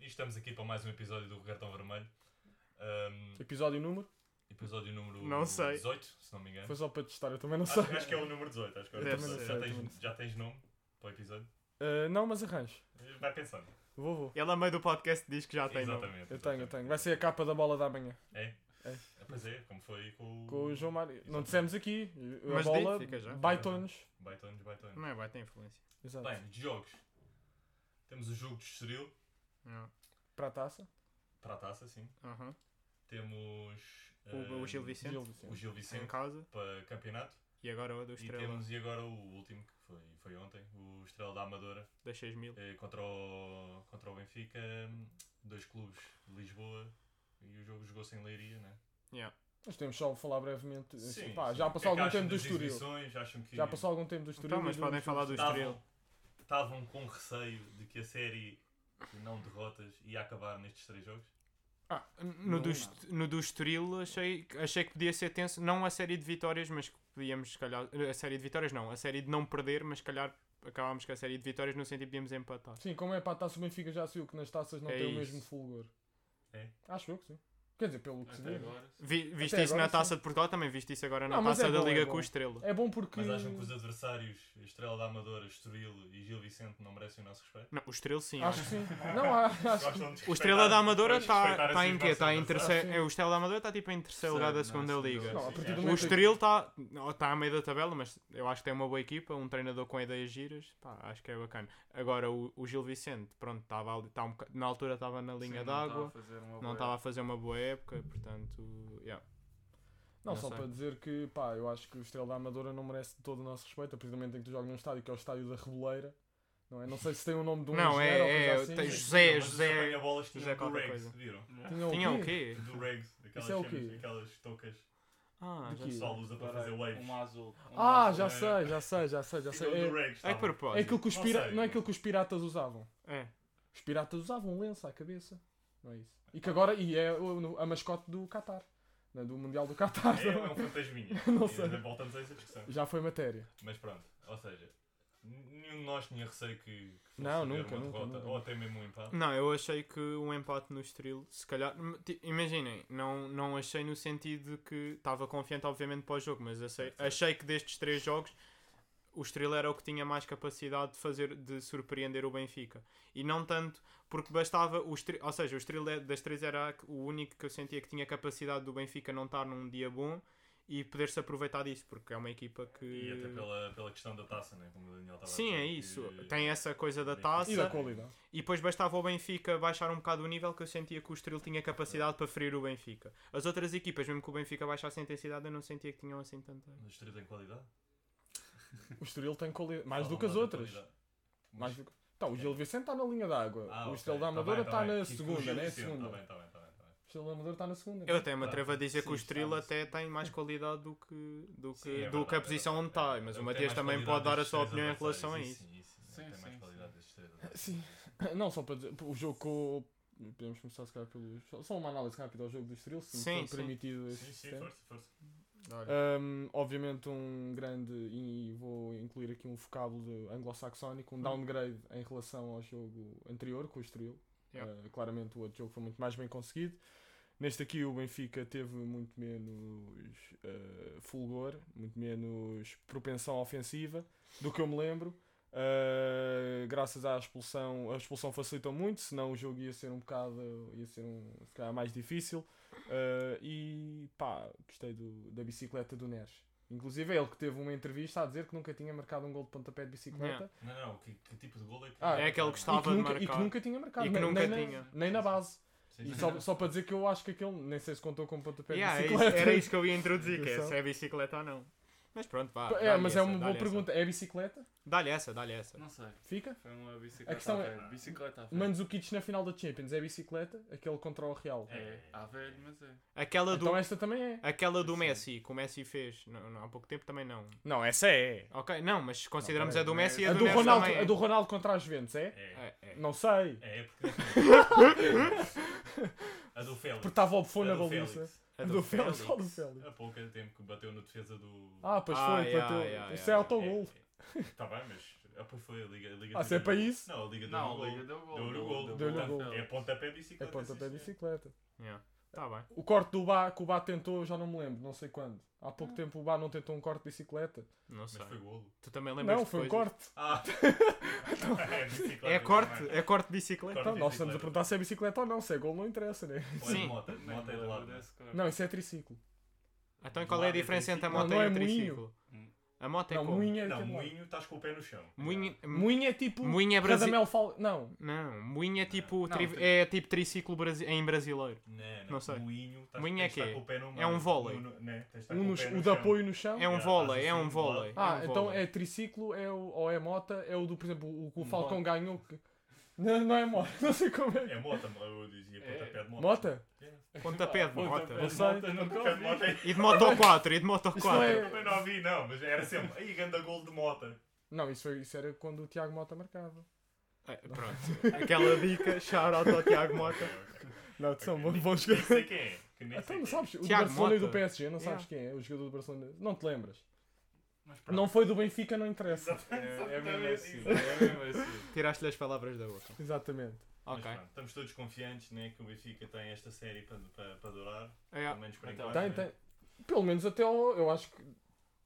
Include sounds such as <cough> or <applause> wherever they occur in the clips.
estamos aqui para mais um episódio do Cartão Vermelho. Um, Episódio número? episódio número Não sei. 18, se não me engano. Foi só para testar, eu também não Acho, sei. acho É. que é o número 18, acho que é o Deve número 18. ser, Já também não tens, sei. já tens nome para o episódio? Ah, não, mas arranjo. Vai pensando. Vou, vou. Ele a meio do podcast diz que já tem nome. Exatamente. Eu tenho, eu tenho. Vai ser a capa da bola da manhã. É? É. Ah, Pois é, como foi com o. Com o João Mário. Não Exato. dissemos aqui. eh, A Mas diz, bola, fica já. baitones. Baitones, baitones. Não é, vai ter influência. Exato. Bem, de jogos. Temos o jogo de Estoril, Não. Para a taça. para a taça, sim. Aham. Temos. O- o Gil ah, Vicente. Gil Vicente. O Gil Vicente Em casa. para campeonato. E agora o do E Estrela temos e agora o último, que foi, foi ontem, o Estrela da Amadora, das 6 mil. eh, contra o, contra o Benfica, hum, dois clubes de Lisboa, e o jogo jogou-se em Leiria, né? Yeah. Nós temos só de falar brevemente. assim, Sim, Pá, sim. Já O que passou é que algum acham tempo do das Estoril. exibições? Acham que Já passou algum tempo do Estoril. Então, mas e do- podem falar do Estavam- Estrela. Estavam com receio de que a série de não derrotas ia acabar nestes três jogos? Ah, no, Não, do, não. Est- no do Estoril achei, achei que podia ser tenso, não a série de vitórias, mas que podíamos, se calhar, a série de vitórias não, a série de não perder, mas se calhar acabámos com a série de vitórias no sentido de podíamos empatar. Sim, como é para a taça, o Benfica já saiu que nas taças não É tem o isso. mesmo fulgor. É? Acho eu que sim. Quer dizer, pelo que se Até vê. agora. Vi- viste Até isso agora, na taça de Portugal, também viste isso agora na Não, mas taça é da bom, é Liga com bom. o Estrela. É bom porque. Mas um acham que os adversários, Estrela da Amadora, Estoril e Gil Vicente, não merecem o nosso respeito? Não, o Estrela sim. Acho que sim. <laughs> Não, acho que. Gostam de O Estrela da Amadora respeitar está esses em quê? Está em nossos terceiro. adversários. é, O Estrela da Amadora está tipo em terceiro lugar da Terceiro, não, segunda segunda liga. Não, liga. a Sim, partir do acho. O momento. em que- Estoril está tá a meio da tabela, mas eu acho que tem uma boa equipa, um treinador com ideias giras, pá, acho que é bacana. Agora o, o Gil Vicente, pronto, estava ali, tá um boca- na altura estava na linha Sim, d'água, não estava estava a fazer uma boa época, portanto, yeah. Não, Não só sei. para dizer que, pá, eu acho que o Estrela da Amadora não merece de todo o nosso respeito, a partir do momento em que tu jogas num estádio que é o Estádio da Reboleira, não é? Não sei se tem o nome de um Não, é- engenheiro ou é, coisa assim. tem mas- José, Mas os José- apanha-bolas tinham José qualquer do-rags, coisa. viram? Tinha Tinha o É quê? quê? Tipo Do-rags, aquelas, é o cenas, quê? aquelas toucas que Ah, De quê? já o sei. pessoal usa para fazer waves. Uma um azul. uma Ah, azul. já É. sei, já sei, já sei, já sei. Aquele É, do-rags, É que estavam- é propósito. aquilo que os Não pira... sei. Não é aquilo que os piratas usavam. É. Os piratas usavam lença à cabeça, não é isso? E que agora, e é o- a mascote do Qatar, não é? do Mundial do Qatar. É, é um é. fantasminha. <laughs> Não E sei. Voltamos a essa discussão. Já foi matéria. Mas pronto, ou seja, nenhum de nós tinha receio que, que fosse Não, haver nunca, uma nunca, derrota, nunca. ou até mesmo um empate. Não, eu achei que o empate no Estoril, se calhar, ti- imaginem, não, não achei no sentido de que estava confiante, obviamente, para o jogo, mas achei, achei que destes três jogos o Estoril era o que tinha mais capacidade de fazer, de surpreender o Benfica. E não tanto, porque bastava, o Estoril, ou seja, o Estoril é- das três era o único que eu sentia que tinha capacidade do Benfica não estar num dia bom e poder-se aproveitar disso, porque é uma equipa que... E até pela, pela questão da taça, né? como o Daniel estava Sim, a dizer. é isso. que- Tem essa coisa da E da E taça, da qualidade. e depois bastava o Benfica baixar um bocado o nível que eu sentia que o Estoril tinha capacidade para ferir o Benfica. As outras equipas, mesmo que o Benfica baixasse a intensidade, eu não sentia que tinham assim tanta. Mas o Estoril tem qualidade. O Estoril tem qualidade, mais Falam do que as da outras. qualidade. Mais do que... Tá, o Gil Vicente está na linha d'água, Ah, o ok, Estrela da tá Amadora bem, está bem. na E que o segunda, Gil né? Vicente, segunda. tá bem, tá bem, tá bem, tá bem. O Estrela da Amadora está na segunda. Eu até me atrevo a dizer que o Sim, Estoril está-se. até tem mais qualidade do que, do que, Sim, é do que a verdade, posição é onde verdade. está. Mas É o que tem Matias mais também qualidade pode dar a destes sua três opinião em adversários. relação a Sim, isso. Sim, sim, sim. Sim, Tem mais sim, qualidade destes três adversários. Sim. <laughs> Não, só para dizer, o jogo com. Podemos começar, se calhar, pelo. só- Só uma análise rápida ao jogo do Estoril, se me Sim, for sim. permitido este Sim, sim, tempo. força, força. Um, obviamente, um grande, e vou incluir aqui um vocábulo de anglo-saxónico, um downgrade em relação ao jogo anterior, com o Estoril. Yeah. Uh, claramente, o outro jogo foi muito mais bem conseguido. Neste aqui, o Benfica teve muito menos uh, fulgor, muito menos propensão ofensiva do que eu me lembro. Uh, graças à expulsão, a expulsão facilitou muito, senão o jogo ia ser um bocado, ia ser um, se calhar mais difícil. Uh, e pá, gostei do- da bicicleta do Neres. Inclusive é ele que teve uma entrevista a dizer que nunca tinha marcado um gol de pontapé de bicicleta Não, não, que, que tipo de gol é que. Ah, É aquele que e, que estava de nunca, e que marcar. nunca tinha marcado, E que nem, nunca nem tinha. Na, nem na base. Sim, E sim. só, só para dizer que eu acho que aquele, nem sei se contou como pontapé Yeah, de é isso- bicicleta. era isso que eu ia introduzir, que é Atenção. se é bicicleta ou não. Mas pronto, vá. <laughs> É, dá-lhe mas é essa, uma boa dá-lhe essa. pergunta. É bicicleta? Dá-lhe essa, dá-lhe É. essa. Não sei. Fica? Foi uma bicicleta. A questão à é- velha. Bicicleta à velha. Mandzukic na final da Champions é bicicleta? Aquele contra o Real. É, à velha, mas é. Aquela do, Então esta também é. aquela do Sim. Messi, que o Messi fez não, não, há pouco tempo também não. Não, essa é. Ok, não, mas consideramos Não, a do Messi e a A É do, É do, Neves Ronaldo, também. a do Ronaldo contra as Juventus é? É, É, é. Não sei. é, é porque. A do Félix. Porque estava o A Buffon na do baliza. Félix. É A A do Félix, só do Félix. Há pouco tempo que bateu no defesa do. Ah, pois Ah, foi. yeah, bateu. yeah, Isso yeah, é autogol. Está bem, mas Ah, pois foi a Liga. A Liga Ah, do se é para Gol. isso? Não, a Liga deu Não, o a gol. Liga deu gol. Deu-lhe o gol. Deu-lhe o Portanto, gol. É pontapé de É bicicleta. pontapé de sim, senhor. bicicleta. Yeah. Tá bem. O corte do Bá, que o Bá tentou, já não me lembro, não sei quando. Há pouco tempo o Bá não tentou um corte de bicicleta. Não sei. Mas foi golo. Tu também lembras Não, foi um corte. Ah! é <laughs> É bicicleta corte, também. é corte de bicicleta. Então, bicicleta. nós estamos a perguntar se é bicicleta ou não, se é gol não interessa, né? Ou é de Sim. Mota, de mota é de lado. né? Não, isso é triciclo. Então qual é a Não, diferença entre a não, moto não e é o moinho. triciclo? A moto é não, como? moinho é Não, tipo- moinho, estás com o pé no chão. Moinho, Moinho é tipo. moinho é brasileiro. Radamel Fal... Não. Não, moinho é tipo, Não, tri- tri- é tipo triciclo brasi- em brasileiro. Não, Não sei. Moinho, estás Moinho é tens de estar quê? com o pé no É um vôlei. No- no- né, tens de estar Um com no- o pé o no de chão. apoio no chão. É um Yeah, vôlei, estás é um assim de lado. vôlei. Ah, é um então vôlei. é triciclo é o, ou é mota, é o do, por exemplo, o que o Um Mota. Falcão ganhou. que- Não, não é mota, <laughs> não sei como é. É mota, eu dizia pontapé de mota. <laughs> Mota? Pontapé de Pontapé moto. de sei. mota, nunca ouvi. Mota <laughs> é- E de moto 4, e de moto Isso não 4. é- Também não ouvi, não, mas era sempre. Aí, ganda gol de mota. Não, isso, foi- isso era quando o Tiago Mota marcava. Ah, Pronto, aquela dica, shout out ao Tiago Mota. Não, são bons, bom bons jogador. jogadores. Nem sei quem é. que Ah, nem sei Então não quem é. sabes, o do Tiago Barcelona e do Mota. PSG, não sabes Yeah. quem é o jogador do Barcelona. Não te lembras. Mas pronto. Não foi do Benfica, não interessa. É, é mesmo Exatamente, assim. exatamente. É mesmo assim. Tiraste-lhe as palavras da boca. Exatamente. Mas Ok. pronto, Estamos todos confiantes né, que o Benfica tem esta série para, para, para durar. É, Pelo menos por Então, enquanto. Tem, tem. Pelo menos até ao, eu acho que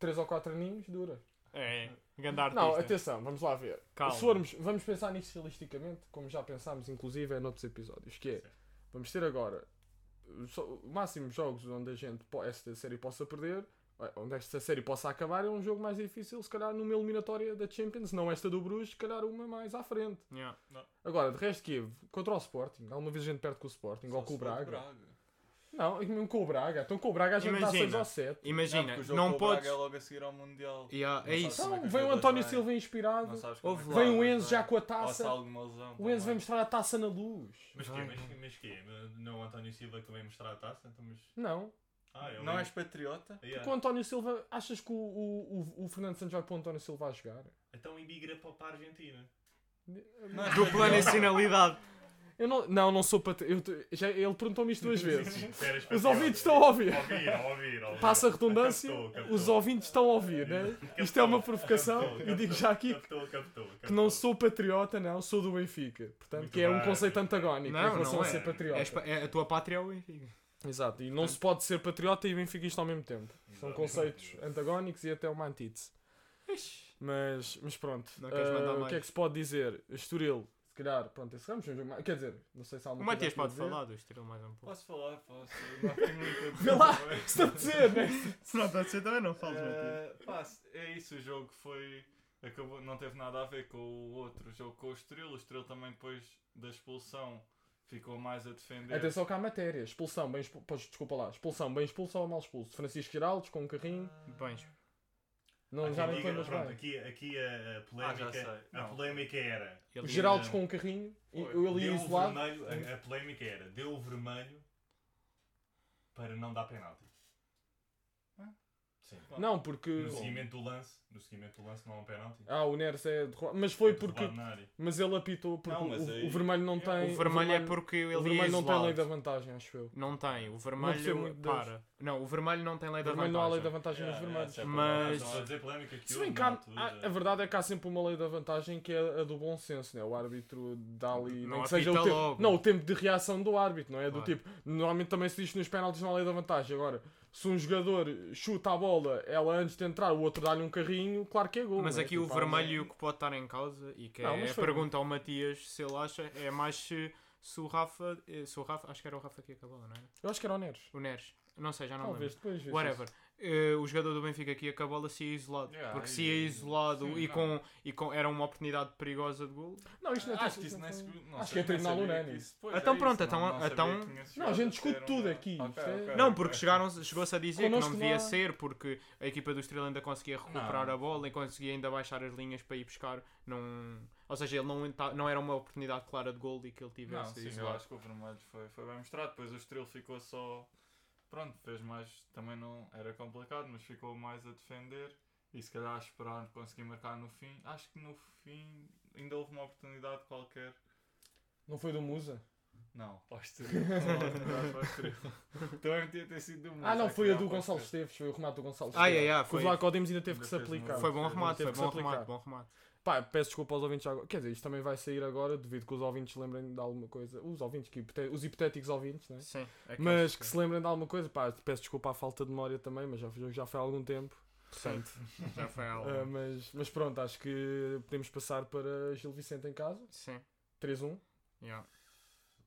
3 ou 4 aninhos dura. é. Ganda artista. Não, atenção, vamos lá ver. Calma. Se formos, vamos pensar nisto realisticamente, como já pensámos inclusive em outros episódios, que é, Certo. vamos ter agora uh, só- o máximo de jogos onde a gente, po- esta série possa perder, eh, onde esta série possa acabar, é um jogo mais difícil, se calhar numa eliminatória da Champions, não esta do Bruges, se calhar uma mais à frente. Yeah. Agora, de resto que é, contra o Sporting, alguma vez a gente perde com o Sporting, ou Só com o se for de Braga. Não, e mesmo com o Braga, então com o Braga a gente dá Imagina. 6 ou 7. Imagina, porque o não, jogo com o podes. Braga é logo a seguir ao Mundial. Yeah, é Não isso. Como é que Então, os vem o jogadores António vêm? Silva inspirado, Não sabes como Ouve é que lá. vem jogadores o um Enzo já vêm. com a Ou se há taça, alguma lesão o Enzo vai também. mostrar a taça na luz. Mas Vai, que, mas, vai. mas que Não o António Silva que vem mostrar a taça? Então, mas... Não, Ah, eu Não lembro- és patriota? Yeah. Com o António Silva, achas que o, o, o- o Fernando Santos vai pôr o António Silva a jogar? Então imigra para para a Argentina. É. Não és Dupla patriota? <laughs> nacionalidade. Eu não, não, não sou patri... eu te- já Ele perguntou-me isto <laughs> duas vezes. Espera, espera. Os ouvintes estão a ouvir. Ouvir, ouvir, ouvir. Passa a redundância, Captou, captou. os ouvintes estão a ouvir, né? Captou, Isto é uma provocação captou, e captou, digo já aqui Captou, captou, que captou. não sou patriota, não, sou do Benfica. Portanto, Muito que é um bem. conceito antagónico Não, em relação não a é. ser patriota. És pa- é a tua pátria é o Benfica. Exato, e não se pode ser patriota e benfiquista ao mesmo tempo. São Exato. conceitos antagónicos e até uma antítese. Ixi. Mas, mas pronto, Não queres Ah, mandar o mais? que é que se pode dizer? Estoril, se calhar, pronto, encerramos um jogo mais. Quer dizer, não sei se há O alguma Matias aqui a pode dizer. <laughs> falar do estilo mais um pouco. Posso falar? Posso. Eu não tenho muita Vê lá, coisa. estou a dizer, né? Se não pode ser também, não Eh, pá, é isso, o jogo foi. Acabou, não teve nada a ver com o outro jogo com o Estrela. O Estrela também depois da expulsão ficou mais a defender. Atenção que há matéria. Expulsão, bem expulso. Desculpa lá, expulsão, bem expulso ou mal expulso? Francisco Giraldes com um carrinho. Eh, Bem, Não, Ah, Aqui já diga- nem lembras pronto, bem. aqui, aqui a, a Ah, já polémica, sei. a Não. polémica era. O ele ia- Giraldes com um carrinho, e, Foi. ele ia Deu um o isolado. vermelho, a, a polémica era, deu o vermelho para não dar penalti. Hã? Sim. Não, porque. No seguimento do lance, no seguimento do lance não há um penalti. Ah, o Neres é derrubado. Mas foi É derrubado porque. na área. Mas ele apitou porque Não, o- mas o, aí- o vermelho não O tem. O vermelho é porque ele O vermelho não tem lei da da vantagem, acho eu. Não tem. O percebo vermelho muito deles. para. Não, o vermelho não tem O lei É da vermelho não há lei da vantagem. vantagem Yeah, nos vermelhos. essa é a Mas- problema. Estão a dizer polémica que Se houve bem na cá, altura. há- a verdade é que há sempre uma lei da vantagem que é a do bom senso, né? O árbitro dá ali. Não nem que seja o apita tempo, logo. Não, o tempo de reação do árbitro, não é? Do Claro. tipo. Normalmente também se diz nos penaltis na lei da vantagem. Agora, se um jogador chuta a bola, ela antes de entrar, o outro dá-lhe um carrinho, claro que é gol. Mas né? aqui o Tipo, há- vermelho que pode estar em causa e que Não, é mas a foi- pergunta ao Matias se ele acha é mais se, se o Rafa. eh, Se o Rafa. Acho que era o Rafa que acabou, não é? era? Eu acho que era o Neres. O Neres. Não sei, já não me lembro. Talvez depois. vê-se Whatever. Eh, o jogador do Benfica aqui acabou a bola se ia isolado. Yeah, porque aí- se ia isolado sim, e, não. com, e com. Era uma oportunidade perigosa de gol. isso. Não, isto não é Acho tudo- que isso nem se. não- não Acho sei, que é nem tribunal sabia que unânime. isso- pois, é Então isso, pronto, não- então- não sabia então- que tinha chegado Não, a gente a ter discute tudo uma- aqui. Ok, Isto é- ok, Não, ok. porque chegaram, chegou-se a dizer que Connosco não devia lá- ser, porque a equipa do Estrela ainda conseguia recuperar Não. a bola e conseguia ainda baixar as linhas para ir buscar. Não... Ou seja, ele não, enta- não era uma oportunidade clara de gol e que ele Não, tivesse sim, eu isolado. acho que o vermelho foi, foi bem mostrado. Depois o estrelo ficou só. Pronto, fez mais. Também não era complicado, mas ficou mais a defender. E se calhar a esperar conseguir marcar no fim. Acho que no fim ainda houve uma oportunidade qualquer. Não foi do Musa? Não, para o <laughs> estrelo. Não, não, não, para o estrelo. Também podia ter sido do Ah, Musa, não, acho foi que a do para o Gonçalo Estrela. Esteves, foi o remate do Gonçalo Ah, Esteves. yeah, yeah, Que o foi- Vlaco Odemos ainda teve ainda que se fez um- aplicar. Foi bom Teve remate, que foi se bom aplicar. remate, bom remate. Pá, peço desculpa aos ouvintes agora. Quer dizer, isto também vai sair agora, devido que os ouvintes lembrem de alguma coisa. Os ouvintes, que hipte- os hipotéticos ouvintes, né? Sim, É É aqueles Mas que se lembrem de alguma coisa. Pá, peço desculpa à falta de memória também, mas já, já foi há algum tempo. Sim, já foi Tá algo. Ah, mas, mas pronto, acho que podemos passar para Gil Vicente em casa. Sim, 3-1. yeah.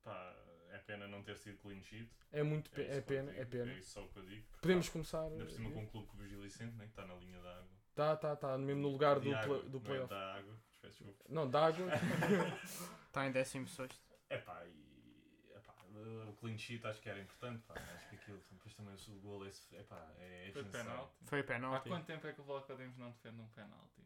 Pá, é pena não ter sido clean sheet. É muito pe- é, isso que eu pena, digo, é pena. É isso só o que eu digo. porque, Podemos pá, começar. eh, Ainda por cima com um clube como o Vigilicente, né, que está na linha da água. Tá, tá, tá, mesmo no lugar do, De água, pla- do não é playoff. da água, peço <laughs> desculpa. Não, d'água. <laughs> Está Tá em 16. É pá, e. epá, o clean sheet acho que era importante, pá. Acho que aquilo, depois também o gol, esse, é pá, é, é Foi necessário. penalti. Foi Há penalti. quanto tempo é que o Vlacademos não defende um penalti?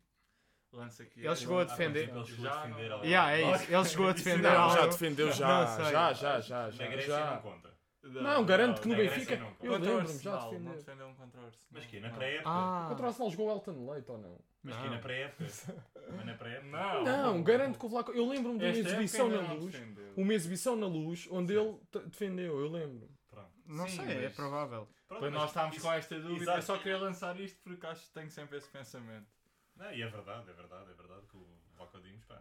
Lança aqui. Ele chegou a Há quanto tempo defender. Ele chegou a Já defender não- alguém? Yeah, é isso. Ele chegou a Isso defender não, Não, já algo. defendeu, Não já, sei. já, já, já, Na já, Grécia não já. conta. Não, garanto que no não, Benfica. Grécia não conta. Eu Contra o lembro-me, já Arsenal, Não defendeu. defendeu um contra o Arsenal. Mas que é na Não. pré-época? Ah, Contra o Arsenal jogou Elton Leite ou não? Mas que é na Não. pré-época? Mas na pré-época? Não. Não, garanto que o Vlaco. Eu lembro-me de uma Esta época é exibição ainda na é não luz. defendeu. Uma exibição na luz onde Sim. ele t- defendeu, eu lembro. Pronto. não Sim, sei, é mas- provável. Pronto, Pois mas nós estávamos isso- com esta dúvida. Exato. Eu só queria lançar isto porque acho que tenho sempre esse pensamento. Não, e é verdade, é verdade, é verdade que o Bocadinhos, pá.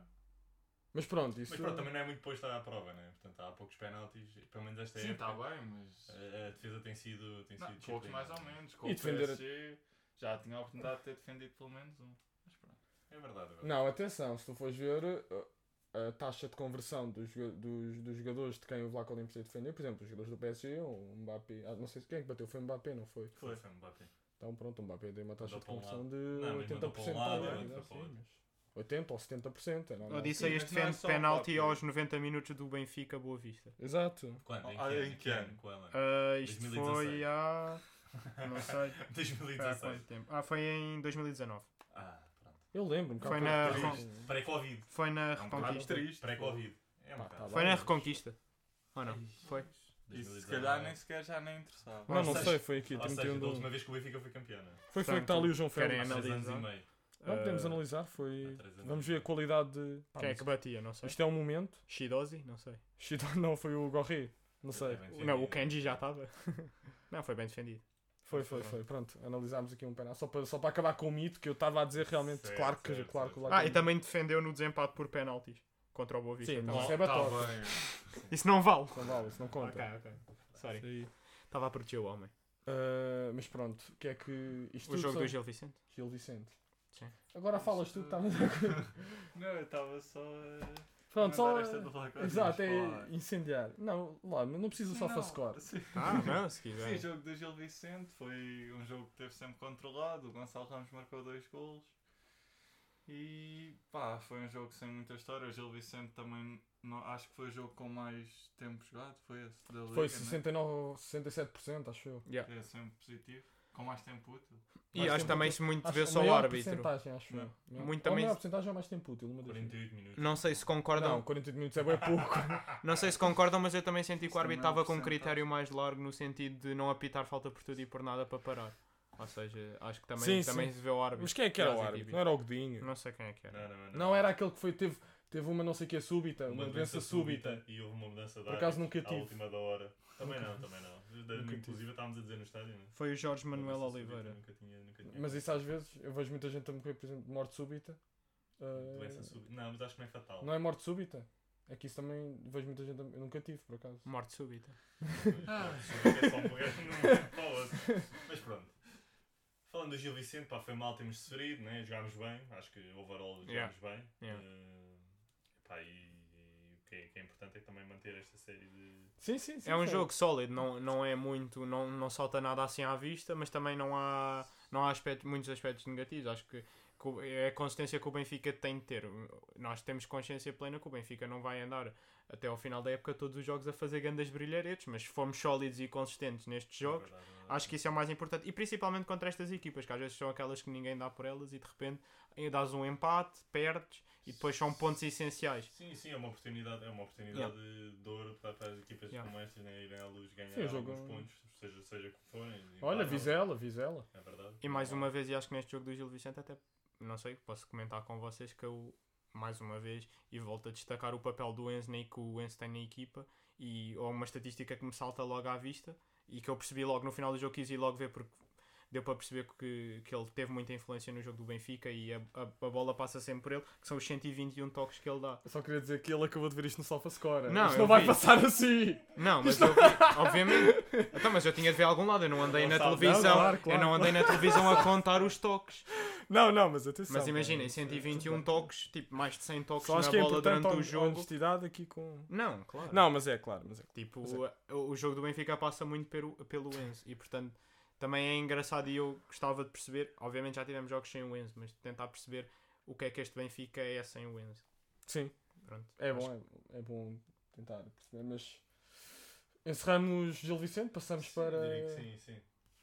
Mas pronto, isso. Mas pronto, também não é muito posto à prova, né? Portanto, há poucos penaltis, pelo menos esta Sim, É, está época. bem, mas. a, a defesa tem sido. Tem Não, sido poucos disciplinada. mais ou menos. Com E o defender- PSG já tinha a oportunidade de ter defendido pelo menos um. Mas pronto. É verdade, é verdade. Não, atenção, se tu fores ver a, a taxa de conversão dos, joga- dos, dos jogadores de quem o Vlaco Olimpo defendeu, por exemplo, os jogadores do PSG, o Mbappé, ah, não sei se quem é que bateu, foi o Mbappé, não foi? Foi, foi Mbappé. Então pronto, o Mbappé deu uma taxa Mandou de para um conversão lado. de Não, mas 80% mandou para um lado, talvez, outro para não o sei, outro. mas 80% assim. ou 70%, é normal. Odisseias Sim, mas não é defende só o penalti Vlaco. aos 90 minutos do Benfica Boa Vista. Exato. Quando? Em que Ah, ano? em Em que que ano? ano? Com <laughs> ela? Ah, isto 2016. foi há. <laughs> Não sei. foi há 2016. quanto tempo? Ah, foi em 2019. Ah, pronto. Eu lembro-me. Foi há na- pouco foi- tempo- Pré-Covid. Foi na É um bocado Reconquista. triste, Pré-Covid. É um Pá, bocado. tá Foi na Mas- Reconquista. Ou Ah, não? Foi. E é? se 2019. calhar nem sequer já nem interessava. Não, não Ou sei, foi aqui, Ou seja, 31 da de última vez que o Benfica foi campeão, né? Foi, foi que está ali o João Querem Félix. Há seis anos analisar? e meio. Não podemos Ah, analisar, foi... Há três anos Vamos e meio. ver a qualidade de... Pá, Quem é mas que batia? Não sei. Isto é um momento. <laughs> Shidozi? Não sei. Shit, Não, foi o Gorri. Não É, sei. Também Não, defendia. o Kenji já estava. <laughs> não, foi bem defendido. Foi, foi, foi. Pronto, analisámos aqui um penal. Só para, só para acabar com o mito que eu estava a dizer realmente. Certo, claro que, certo, claro que certo. o Ah, Lacan- e também defendeu no desempate por penaltis contra o Boa Vista. Sim, Tá mas bom. isso é Tá batota. bem. Isso não vale. Não vale, isso não conta. Ah, Ok, ok. Sorry. Sim. Estava a proteger o homem. Ah, mas pronto, o que é que. Isto o tudo jogo são- do Gil Vicente. Gil Vicente. Sim. é Agora falas tu que estavas a. <laughs> tá- Não, eu estava só. a <laughs> Pronto, só. mandar esta do Vlacademos Exato, é para o ar. incendiar. Não, lá, mas não precisa só Não, score. Sim. Ah, não, se Sim, o quiser. jogo do Gil Vicente foi um jogo que teve sempre controlado. O Gonçalo Ramos marcou dois golos. E pá, foi um jogo sem muita história. O Gil Vicente também, não, acho que foi o jogo com mais tempo jogado. Foi esse da Liga, Foi né? 69 ou 67%, acho eu. Yeah. Que é sempre positivo. Com mais tempo útil. E acho que também isso muito Acho vê que é só a o maior árbitro. Porcentagem, acho eu. Não. Não. Ou Muito A também- maior porcentagem é mais tempo útil. Uma das duas. 48 minutos. Não sei se concordam, Não, 48 minutos é bem <laughs> pouco. não sei se concordam, mas eu também senti que Isso o árbitro também é estava com um porcentagem. critério mais largo no sentido de não apitar falta por tudo e por nada para parar. Ou seja, acho que também, Sim, sim. também se vê o árbitro. Mas quem é que era o Quase árbitro? típico. Não era o Godinho. Não sei quem é que era. Não, não, não. Não era aquele que foi, teve, teve uma não sei que súbita, uma, doença, súbita. E houve uma mudança de Por acaso árbitro nunca À tive. última da hora. Também não, também não. Da- Nunca Inclusive estávamos a dizer no estádio, né? Foi o Jorge Manuel Mudança súbita, Oliveira. Nunca tinha, nunca tinha. Mas isso às vezes, eu vejo muita gente a morrer, por exemplo, de morte súbita. Ah, Doença súbita. Não, mas acho que não é fatal. Não é morte súbita? É que isso também vejo muita gente. a- Eu nunca tive, por acaso. Morte súbita. É só um gajo num momento para o outro. Mas pronto. Falando do Gil Vicente, pá, foi mal, temos sofrido, né? jogámos bem, acho que overall jogámos Yeah. bem. Yeah. Eh, pá, e, e o que é, que é importante é também manter esta série de. Sim, sim, sim. É um sim. jogo sólido, não, não é muito, não, não salta nada assim à vista, mas também não há, não há aspecto- muitos aspectos negativos. Acho que, que o- é a consistência que o Benfica tem de ter. Nós temos consciência plena que o Benfica não vai andar até ao final da época todos os jogos a fazer grandes brilharetes, mas se formos sólidos e consistentes nestes jogos, Na verdade, acho que isso é o mais importante. E principalmente contra estas equipas, que às vezes são aquelas que ninguém dá por elas e de repente eh, dás um empate, perdes e depois são pontos essenciais. Sim, sim, é uma oportunidade, é uma oportunidade de ouro para, para as equipas Yeah. como estas né, irem à luz ganhar Sim, o jogo- é um- alguns pontos, seja, seja como forem. e Olha, claro, Vizela, Vizela. É verdade. E mais uma vez, e acho que neste jogo do Gil Vicente, até não sei, posso comentar com vocês que eu, mais uma vez, e volto a destacar o papel do Enzo nem que o Enzo tem na equipa, e ou uma estatística que me salta logo à vista e que eu percebi logo no final do jogo, quis ir logo ver porque deu para perceber que, que ele teve muita influência no jogo do Benfica e a, a, a bola passa sempre por ele, que são os 121 toques que ele dá. Eu só queria dizer que ele acabou de ver isto no SofaScore. Não, isto eu não vai vi. passar assim. Não, mas eu vi, obviamente. Então, mas eu tinha de ver algum lado, eu não andei na Não, televisão. claro, claro. Eu não andei na televisão a contar os toques. Não, não, mas atenção. Mas imaginem, mano. 121 toques, tipo mais de 100 toques é Só acho na que é bola importante durante a o hon- a jogo. honestidade aqui com. Não, claro. Não, mas é claro. Mas é... Tipo, Mas o, o jogo do Benfica passa muito pelo, pelo Enzo e portanto também é engraçado e eu gostava de perceber, obviamente já tivemos jogos sem o Enzo, mas tentar perceber o que é que este Benfica é sem o Enzo. Sim, Pronto. é Acho bom, é, é bom tentar perceber, mas. Encerramos Gil Vicente, passamos para. Diria que sim, sim.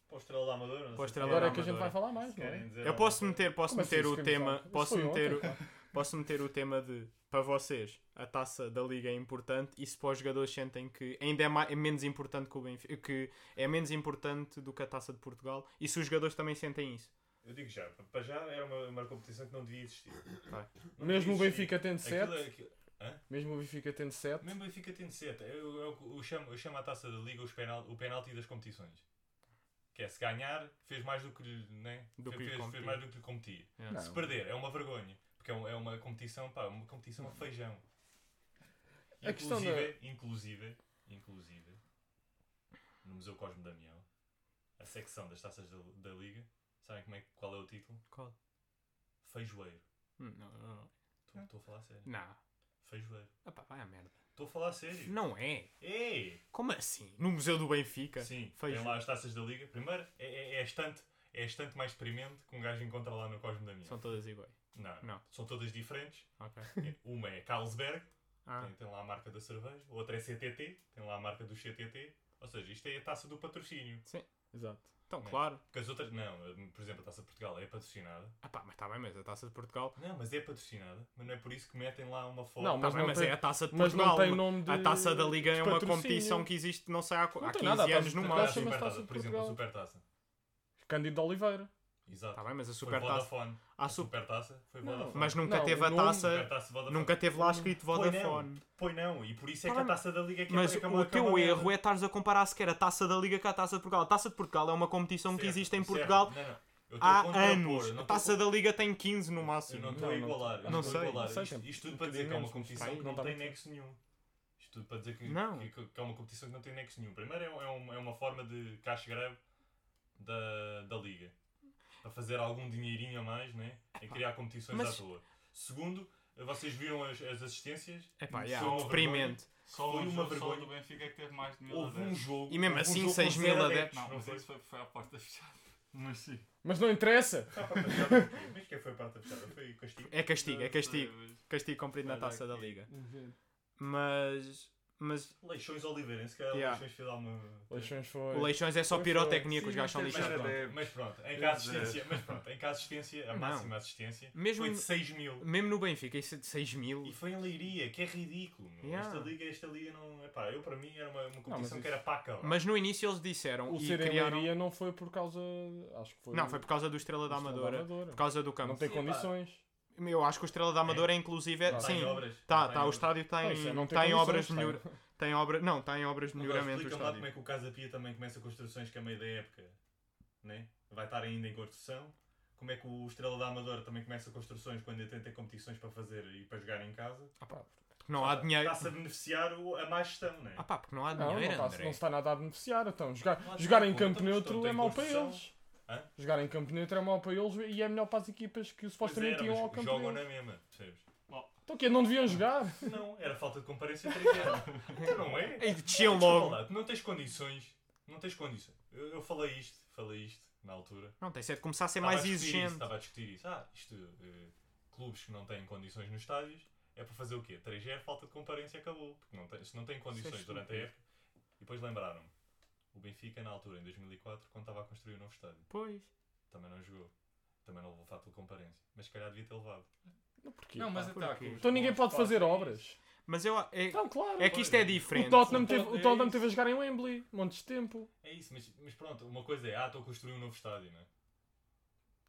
Para o Estrela da Amadora. não Para o sei Estrela quê. Agora é da que a gente Amadora. vai falar mais, Se não é? querem dizer Eu posso alguma coisa. meter, posso Como assim, meter o se tema, queremos falar? posso Isso foi meter, ontem, o- posso meter o tema de para vocês, a taça da liga é importante e se para os jogadores sentem que ainda é, ma- é menos importante que o Benfica, que é menos importante do que a taça de Portugal e se os jogadores também sentem isso. Eu digo já, para já era uma, uma competição que não devia existir. Vai. Não Mesmo o devia Benfica tendo existir. Aquilo 7, é- aquilo- mesmo o Benfica tendo 7, Mesmo o Benfica tendo é 7. Eu, eu, eu chamo, eu chamo a taça da Liga os penal, o penalti das competições. Que é, se ganhar, fez mais do que lhe, né? Do que lhe fez, fez competia. mais do que lhe competia. Não. Se perder, é uma vergonha. Porque é, um- é uma competição, pá, uma competição a feijão. A questão da- inclusive, inclusive, inclusive, no Museu Cosmo Damião, a secção das taças da, da Liga, sabem como é, que- qual é o título? Qual? Feijoeiro. Hum, Não, não, não. Estou- Estou a falar a sério. Não. Feijoeiro. Epá, vai à merda. Estou a falar a sério. Não é. Ei! Como assim? No Museu do Benfica? Sim, Feijo. tem lá as taças da liga. Primeiro, é, é, é, estante, é estante mais deprimente que um gajo encontra lá no Cosmo da Minha. São todas iguais. Não, não. são todas diferentes. <laughs> Ok. Uma é Carlsberg, Ah, tem, tem lá a marca da cerveja. Outra é CTT, tem lá a marca do CTT. Ou seja, isto é a taça do patrocínio. exato. então, Não. claro. Porque as outras, não, por exemplo, a taça de Portugal é patrocinada. Ah, pá, mas está bem, mas a taça de Portugal. Não, mas é patrocinada, mas não é por isso que metem lá uma foto. Não, Tá Mas bem, mas tem- é a taça de Mas não Portugal. tem nome de. A taça da Liga é de uma patrocínio. competição que existe, não sei, há, qu- Não há tem 15 nada, a taça anos de no Agora, a Portugal máximo. super chama-se taça taça, de por exemplo, a Portugal. super taça. Cândido de Oliveira. Exato. Está Tá bem, mas a foi super taça. Vodafone. há A su- super taça foi Não. Vodafone. Mas nunca Não, teve a o nome- Super taça. taça Vodafone. Nunca teve lá escrito Foi não. Vodafone. Pois não, e por isso é Tá que a bem. taça da Liga é que Mas é que é o uma- que é teu uma erro merda. é estares a comparar sequer a taça da Liga com a taça de Portugal. A taça de Portugal é uma competição que Certo, existe em certo. Portugal Não, não. Eu tô a há contrapor, anos. eu não A tô- taça da Liga tem 15 no Eu máximo. não estou Não, a não igualar. eu tô- não não tô a sei, igualar. não sei, Isto- tem- Isto tudo tem para dizer que é uma menos, competição tem- que não não dá tem muito. nexo nenhum. Isto tudo para dizer que, Não. que- que- que é uma competição que não tem nexo nenhum. Primeiro é, é uma, é uma forma de caixa greve da, da Liga. Para fazer algum dinheirinho a mais, né? Em criar competições mas- à toa. Segundo, vocês viram as, as assistências? Epá, Só yeah, uma vergonha. deprimente. Só Foi um uma jogo só vergonha. do Benfica é que teve mais de mil Houve um adeptos. jogo. E mesmo houve um assim, jogo com 6 mil zero adeptos, Não, não mas foi? isso foi, foi à porta fechada. Mas sim. <laughs> Mas não interessa! Ah, pá, mas já- Mas quem foi a parte da fechada? Foi o Castigo. É castigo, é castigo. Mas- Castigo cumprido na Olha taça da aqui. liga. Mas. Mas Leixões Oliveirense, se calhar Yeah. Leixões fez alguma. Leixões o foi. Leixões é só Foi pirotecnia Sim, que os gajos são mas era lixados. adeptos. Mas pronto, em Meu que a Deus. assistência, mas pronto, em que a assistência, a Não. máxima assistência Mesmo, foi de 6 mil. mesmo no Benfica, isso é de 6 mil. E foi em Leiria, que é ridículo. meu. Yeah. Esta liga, esta liga não. Epá, eu para mim era uma, uma competição isso- que era para acabar. Mas no início eles disseram O e ser em criaram. Leiria não foi por causa. Acho que foi. é Não, foi por causa do Estrela da Amadora. Por causa do Não campo. tem Sim, condições. Eu acho que o Estrela da Amadora, inclusive, é. Não, Está em Sim, obras. Está tá, em tá, o obras. estádio Ah, isso é, tem, não tem tem condições, obras de tem. melhor. Tem obra... Não, tem obras de Agora melhoramento. o explica-me lá como é estádio. que o Casa Pia também começa com as construções que é meio da época. Né? Vai estar ainda em construção. Como é que o Estrela da Amadora também começa construções quando ainda tem competições para fazer e para jogar em casa? Ah, pá, Porque não há dinheiro. Está-se a beneficiar o- a má gestão, não é? Ah pá, porque não há Não, não, dinheiro, tá- André. não se está nada a beneficiar. Então, jogar, Não há jogar em dinheiro, campo então, neutro então, é tem mau para construção. eles. Hã? Jogar em campo neutro é mau para eles e é melhor para as equipas que Pois era, supostamente iam mas ao campo jogam né? na deles. mesma, percebes? Então, que Não deviam jogar? Não, era falta de comparência trivial. então não é? E desciam Desculpa logo. lá, tu não tens condições. Não tens condições. Eu, eu falei isto, falei isto na altura. Não, tem certo de começar a ser Estava É mais a discutir isso, exigente. então. Estava a discutir isso. Ah, isto, eh, clubes que não têm condições nos estádios, é para fazer o quê? 3G, falta de comparência, acabou. Porque não tem, se não têm condições durante a é estúpido. época. E depois lembraram-me. O Benfica, na altura, em 2004, quando estava a construir o novo estádio, Pois. também não jogou. Também não levou falta de comparência. Mas se calhar devia ter levado. Não, porquê? Não, mas pá, até há porquê? clubes Então com ninguém pode espaço fazer e obras. Mas eu. É, Então, claro. é que isto é O diferente. Tottenham, Não teve, pode- o é Tottenham isso. teve a jogar em Wembley, montes de tempo. um É isso, mas, mas pronto, uma coisa é, ah, estou a construir um novo estádio, não é?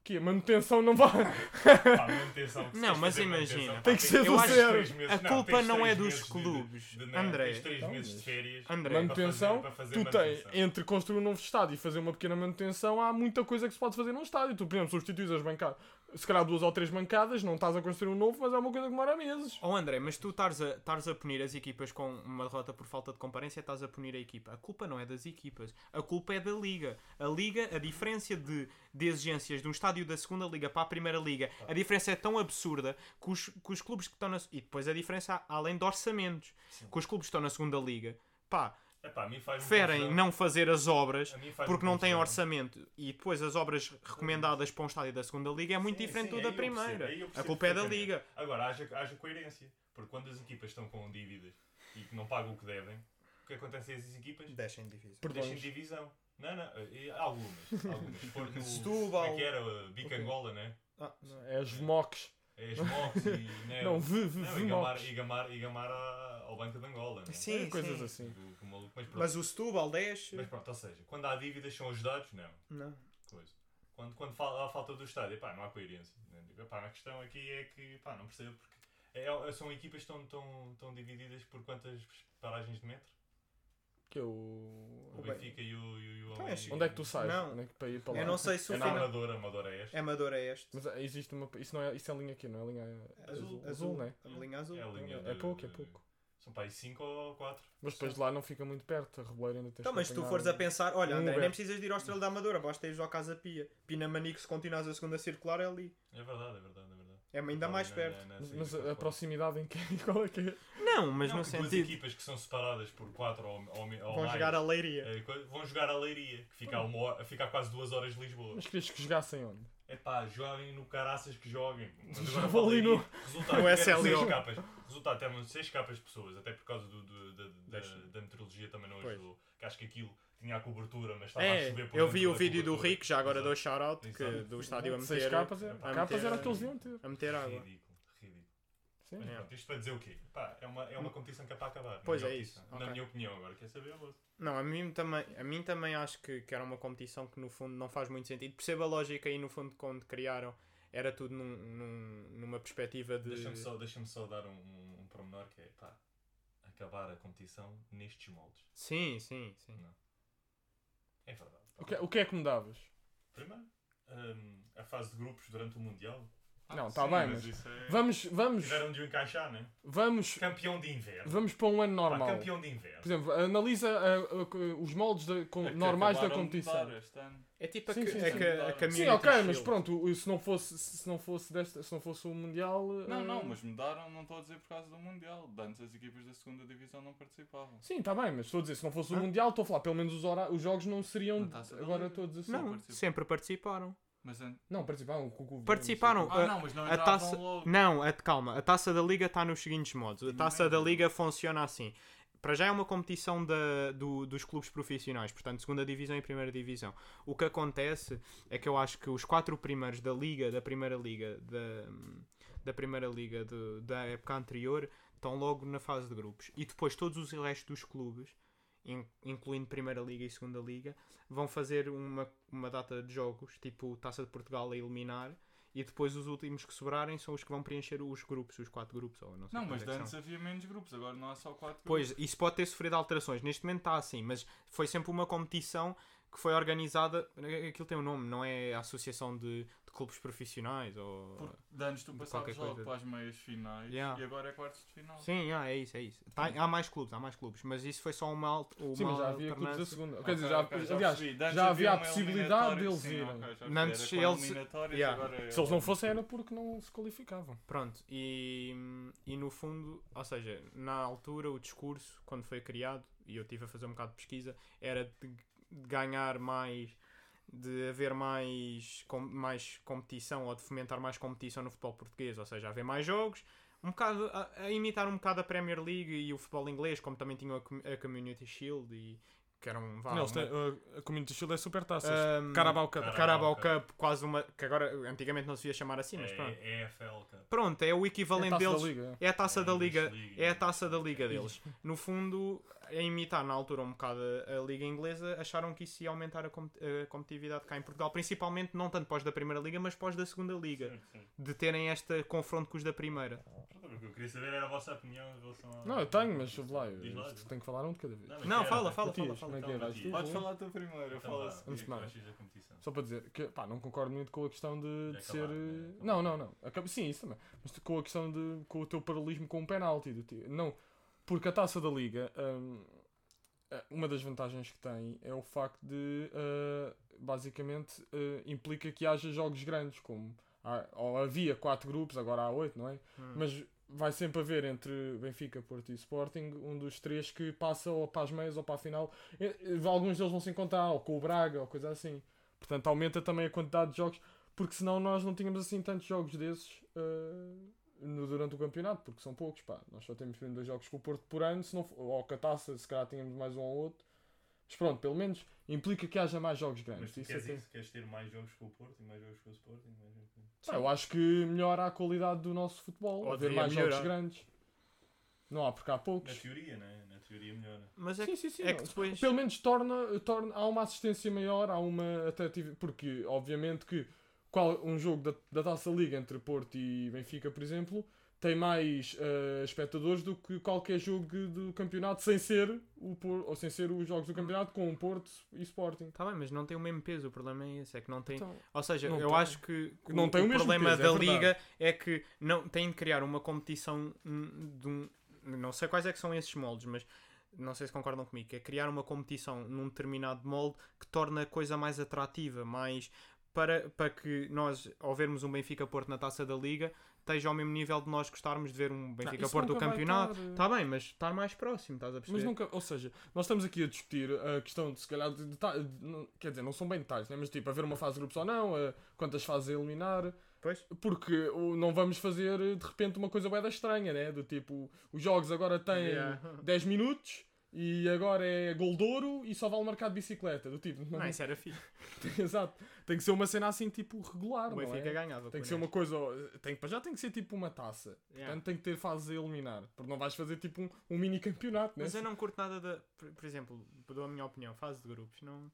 Que a manutenção não vai. Pá, manutenção, que se Não, tens de mas fazer manutenção, imagina. pá, Tem que tens- ser tens você. três meses- A culpa tens não é três dos meses de- clubes. de- de- André. Tens 3 Então, meses de mas- férias. André. para fazer- Manutenção, para fazer <laughs> Tu tens, manutenção. entre construir um novo estádio e fazer uma pequena manutenção, há muita coisa que se pode fazer num estádio. Tu, por exemplo, substituís as bancadas, se calhar duas ou três bancadas, não estás a construir um novo, mas é uma coisa que demora meses. Oh André, mas tu estás a, tares a punir as equipas com uma derrota por falta de comparência, estás a punir a equipa. A culpa não é das equipas, a culpa é da Liga. A Liga, a diferença de, de exigências de um estádio da segunda Liga para a Primeira Liga, a diferença é tão absurda que os, que os clubes que estão na. E depois a diferença, a- além de orçamentos, Sim. que os clubes que estão na segunda Liga, pá, Epá, a mim faz-me preferem confusão. não fazer as obras A mim faz-me porque não têm confusão. orçamento e depois as obras recomendadas para um estádio da segunda Liga é muito Sim, diferente sim, do aí da eu percebo, Primeira. aí eu A percebo culpa é da perfeitamente. Liga. Agora, haja, haja coerência. Porque quando as equipas estão com dívidas e que não pagam o que devem, o que acontece a essas equipas? Deixem divisão. Deixam Perdões. divisão. Não, não. e Algumas. algumas. Se for no- Setúbal. Como é que era? Uh, Bica Angola, né? Ah, É as mocs. É as Mox e. Né? Não, v, v, Não, v e Gamar, mocs. e Gamar, e Gamar à- ao Banco de Angola, né? sim, Coisas sim. assim. O- o maluco. Mas pronto. Mas o Setúbal é 10. Mas pronto, ou seja, quando há dívidas são ajudados? Não. Não. Coisa. Quando, quando fala, há falta do estádio, pá, não há coerência. né? Pá, a questão aqui é que, pá, não percebo porque... É, é- são equipas que estão, estão, estão divididas por quantas paragens de metro? Que eu... O Benfica e o... E o, e o Então é Almeida. chique. Onde é que tu sais? Não. Onde é que para ir para lá? Eu não sei se o É na final. Amadora, Amadora é esta. É amador é este. Mas é, existe uma. Isso, não é, isso é linha aqui, não é linha é azul, azul, né? A linha azul. É a linha É de- pouco, é de- pouco. São pá, aí 5 ou 4. Mas depois de lá não fica muito perto, a Reboleiro ainda tens Então, que mas se tu apanhar fores a pensar, olha, Um André, Uber. nem precisas de ir ao Estrela da Amadora, basta ires ao Casa Pia. Pinamanico, se continuas a segunda circular, é ali. É verdade, é verdade, é verdade. É ainda mais Na- perto. na- na- na Mas, saída mas para a fora. proximidade em que qual é <laughs> que é? Não, mas Não, no que duas sentido. equipas que são separadas por 4 ou, ou, ou Vão mais, jogar a É, Leiria. eh, co- vão jogar a Leiria, que fica, a uma hora- fica a quase 2 horas de Lisboa. Mas querias que jogassem onde? É pá, joguem no caraças que joguem. <laughs> Mas Já agora vou fala ali aí. no- Resultado, no tivemos SLO. seis capas. Resultado, temos 6 capas de pessoas, até por causa do, do- da, da, Deixa. da meteorologia também não Pois. ajudou. Que acho que aquilo tinha a cobertura, mas estava a É, chover por eu dentro vi o da vídeo do cobertura. Rico, já agora Exato. dou shout-out, que Exato. do estádio a Seis meter, capas, é, Ah, a meter- capas era o que eles iam ter. a meter água. Ridículo, ridículo. Sim. Mas É. Hum. pronto, isto para dizer o quê? Pá, é uma, é uma competição que é para acabar. na Pois minha é opinião. isso, Na ok. minha opinião, agora quer saber, Lousa? Não, a mim também, a mim também acho que, que era uma competição que no fundo não faz muito sentido. Percebo a lógica aí no fundo quando criaram, era tudo num- num- numa perspectiva de. Deixa-me só, deixa só dar um, um, um pormenor que é, pá, acabar a competição nestes moldes. Sim, sim, sim. É verdade. pá. O, que, o que é que mudavas? Primeiro, hum, a fase de grupos durante o Mundial. Não, tá bem, mas- isso é... Vamos, vamos, Tiveram de o encaixar, né? vamos, Campeão de inverno. vamos para um ano Pá, normal. Por campeão de inverno. exemplo, analisa ah, ah, os moldes da- com- <laughs> É que normais da acabaram de competição. mudar este ano. É tipo a, Sim, que- sim, é sim. que a Sim, community Sim, ok, mas shield. pronto, o- se não fosse, se não fosse, desta, se não fosse o Mundial. Não, ah, não, mas mudaram, não estou a dizer por causa do Mundial. De Antes as equipas da segunda divisão não participavam. Sim, está bem, mas estou a dizer, se não fosse o Ah. Mundial, estou a falar, pelo menos os, hora- os jogos não seriam. Na Taça da Agora Liga. estou a dizer assim. Não Não, participaram. sempre participaram. Mas an- Não, participaram. com o governo, Participaram. Ah, a- não, mas não a entravam taça- Hum. logo. Não, a, calma, a taça da liga está nos seguintes modos. A Ninguém taça da joga. liga funciona assim. Para já é uma competição da- do- dos clubes profissionais, portanto, segunda divisão e primeira divisão. O que acontece é que eu acho que os quatro primeiros da liga, da primeira liga, da, da primeira liga de- da época anterior, estão logo na fase de grupos. E depois todos os restos dos clubes, in- incluindo primeira liga e segunda liga, vão fazer uma, uma data de jogos, tipo Taça de Portugal a eliminar, e depois os últimos que sobrarem são os que vão preencher os grupos, os quatro grupos, ou não sei Não, quais mas é de que são. antes havia menos grupos, agora não há só 4 grupos. Pois, isso pode ter sofrido alterações. Neste momento está assim, mas foi sempre uma competição que foi organizada. Aquilo tem um nome, não é a Associação de, de Clubes Profissionais? Ou... Porque de antes tu De passavas qualquer logo coisa. para as meias finais Yeah. e agora é quartos de final. Sim, ah, é isso, é isso. Tá- há mais clubes, há mais clubes, mas isso foi só uma, alt- uma Sim, mas já havia clubes da alternância. segunda. Ok, Quer dizer, já, ok, já aliás, percebi. De antes já havia a uma possibilidade eliminatória, deles sim, irem. ok, já percebi. Nantes Era com eles- eliminatórias, Yeah. agora é Se eles não outra. fossem, era porque não se qualificavam. Pronto, e, e no fundo, ou seja, na altura o discurso, quando foi criado, e eu estive a fazer um bocado de pesquisa, era de, de ganhar mais, de haver mais, com, mais competição ou de fomentar mais competição no futebol português, ou seja, haver mais jogos, um bocado a, a imitar um bocado a Premier League e o futebol inglês, como também tinham a, com- a Community Shield e que eram. Vá, Não, né? é eles uma- um, têm- a- a Community Shield é super taças. Ahm, Carabao Cup. Carabao. Carabao Cup. Cup, quase uma. que agora antigamente não se ia chamar assim, mas pronto. É EFL Cup. Pronto, é o É a equivalente taça da deles. liga, É a taça É da a liga. Bundesliga. É a taça da liga deles. No fundo, a imitar na altura um bocado a, a liga inglesa, acharam que isso ia aumentar a, com- a competitividade cá em Portugal, principalmente não tanto pós da primeira liga, mas pós da segunda liga, Certo, certo. de terem este confronto com os da primeira. Pronto, O que eu queria saber era a vossa opinião em relação a. Não, eu tenho, mas eu lá, eu Diz lá, diz lá. tenho que falar um de cada vez. mas Não, quero, fala, mas- fala, Matias, fala, como é que fala. é? Vais tu? Então, Podes Vou. falar tu primeiro, eu Então, falo vá, assim. o que é que tu Vamos achas da competição? Só para dizer que, pá, não concordo muito com a questão de, De de ser. acabar, eh, né? Não, não, não. Acaba... Sim, isso também. Mas com a questão de. com o teu paralelismo com o penalti. do ti- Não. Porque a taça da Liga. hum, eh, uma das vantagens que tem é o facto de. eh, basicamente, eh, implica que haja jogos grandes, como. há- ou havia quatro grupos, agora há oito, não é? Hum. Mas vai sempre haver entre Benfica, Porto e Sporting um dos três que passa ou para as meias ou para a final. E- e Alguns deles vão se encontrar, ou com o Braga, ou coisa assim. Portanto, aumenta também a quantidade de jogos, porque senão nós não tínhamos assim tantos jogos desses eh, no- durante o campeonato, porque são poucos. Pá. Nós só temos mesmo dois jogos com o Porto por ano, se não, fo- ou com a taça, se calhar tínhamos mais um ou outro. Mas pronto, pelo menos implica que haja mais jogos grandes. Mas tu Isso é queres, que- isso? queres ter mais jogos com o Porto e mais jogos com o Sporting? Mais jogos com... Pá, eu acho que melhora a qualidade do nosso futebol, Ou haver devia mais jogos melhorar. grandes. Não há porque há Na poucos. teoria, né? Na teoria melhora. Mas é, Sim, que- sim, sim. é que não. depois. Pelo menos torna, torna, há uma assistência maior, há uma até tive- porque obviamente que qual, um jogo da, da Taça Liga entre Porto e Benfica, por exemplo, tem mais eh, espectadores do que qualquer jogo do campeonato sem ser o Por- ou sem ser os jogos do campeonato com o Porto e Sporting. Tá bem, mas não tem o mesmo peso, o problema é esse, é que não tem. Então, Ou seja, Não eu tem. acho que o, Não tem o o mesmo problema peso, é da verdade. liga é que não tem de criar uma competição hum, de um, não sei quais é que são esses moldes, mas não sei se concordam comigo, que é criar uma competição num determinado molde que torna a coisa mais atrativa, mais para, para que nós, ao vermos um Benfica Porto na taça da liga, esteja ao mesmo nível de nós gostarmos de ver um Benfica isso Porto do nunca vai campeonato. estar, eh, Está bem, mas estar mais próximo, estás a perceber? Mas nunca, ou seja, nós estamos aqui a discutir a questão de se calhar, de, deta- de- não- quer dizer, não são bem detalhes, né? mas tipo, haver uma fase de grupos ou não, eh, quantas fases a eliminar, Pois. porque o- não vamos fazer eh, de repente uma coisa bem estranha, né? Do tipo, os jogos agora têm Yeah. <laughs> 10 minutos e agora é gol de ouro e só vale marcar de bicicleta, do tipo, não- Não, isso era fixe. <laughs> exato, tem que ser uma cena assim tipo regular, O não Benfica é? ganhava. Tem com que ser isso. uma coisa, tem, para já tem que ser tipo uma taça, Yeah. portanto tem que ter fases a eliminar, porque não vais fazer tipo um, um mini campeonato, né? Mas é eu não curto nada da. Por, por exemplo, dou a minha opinião, fase de grupos, não.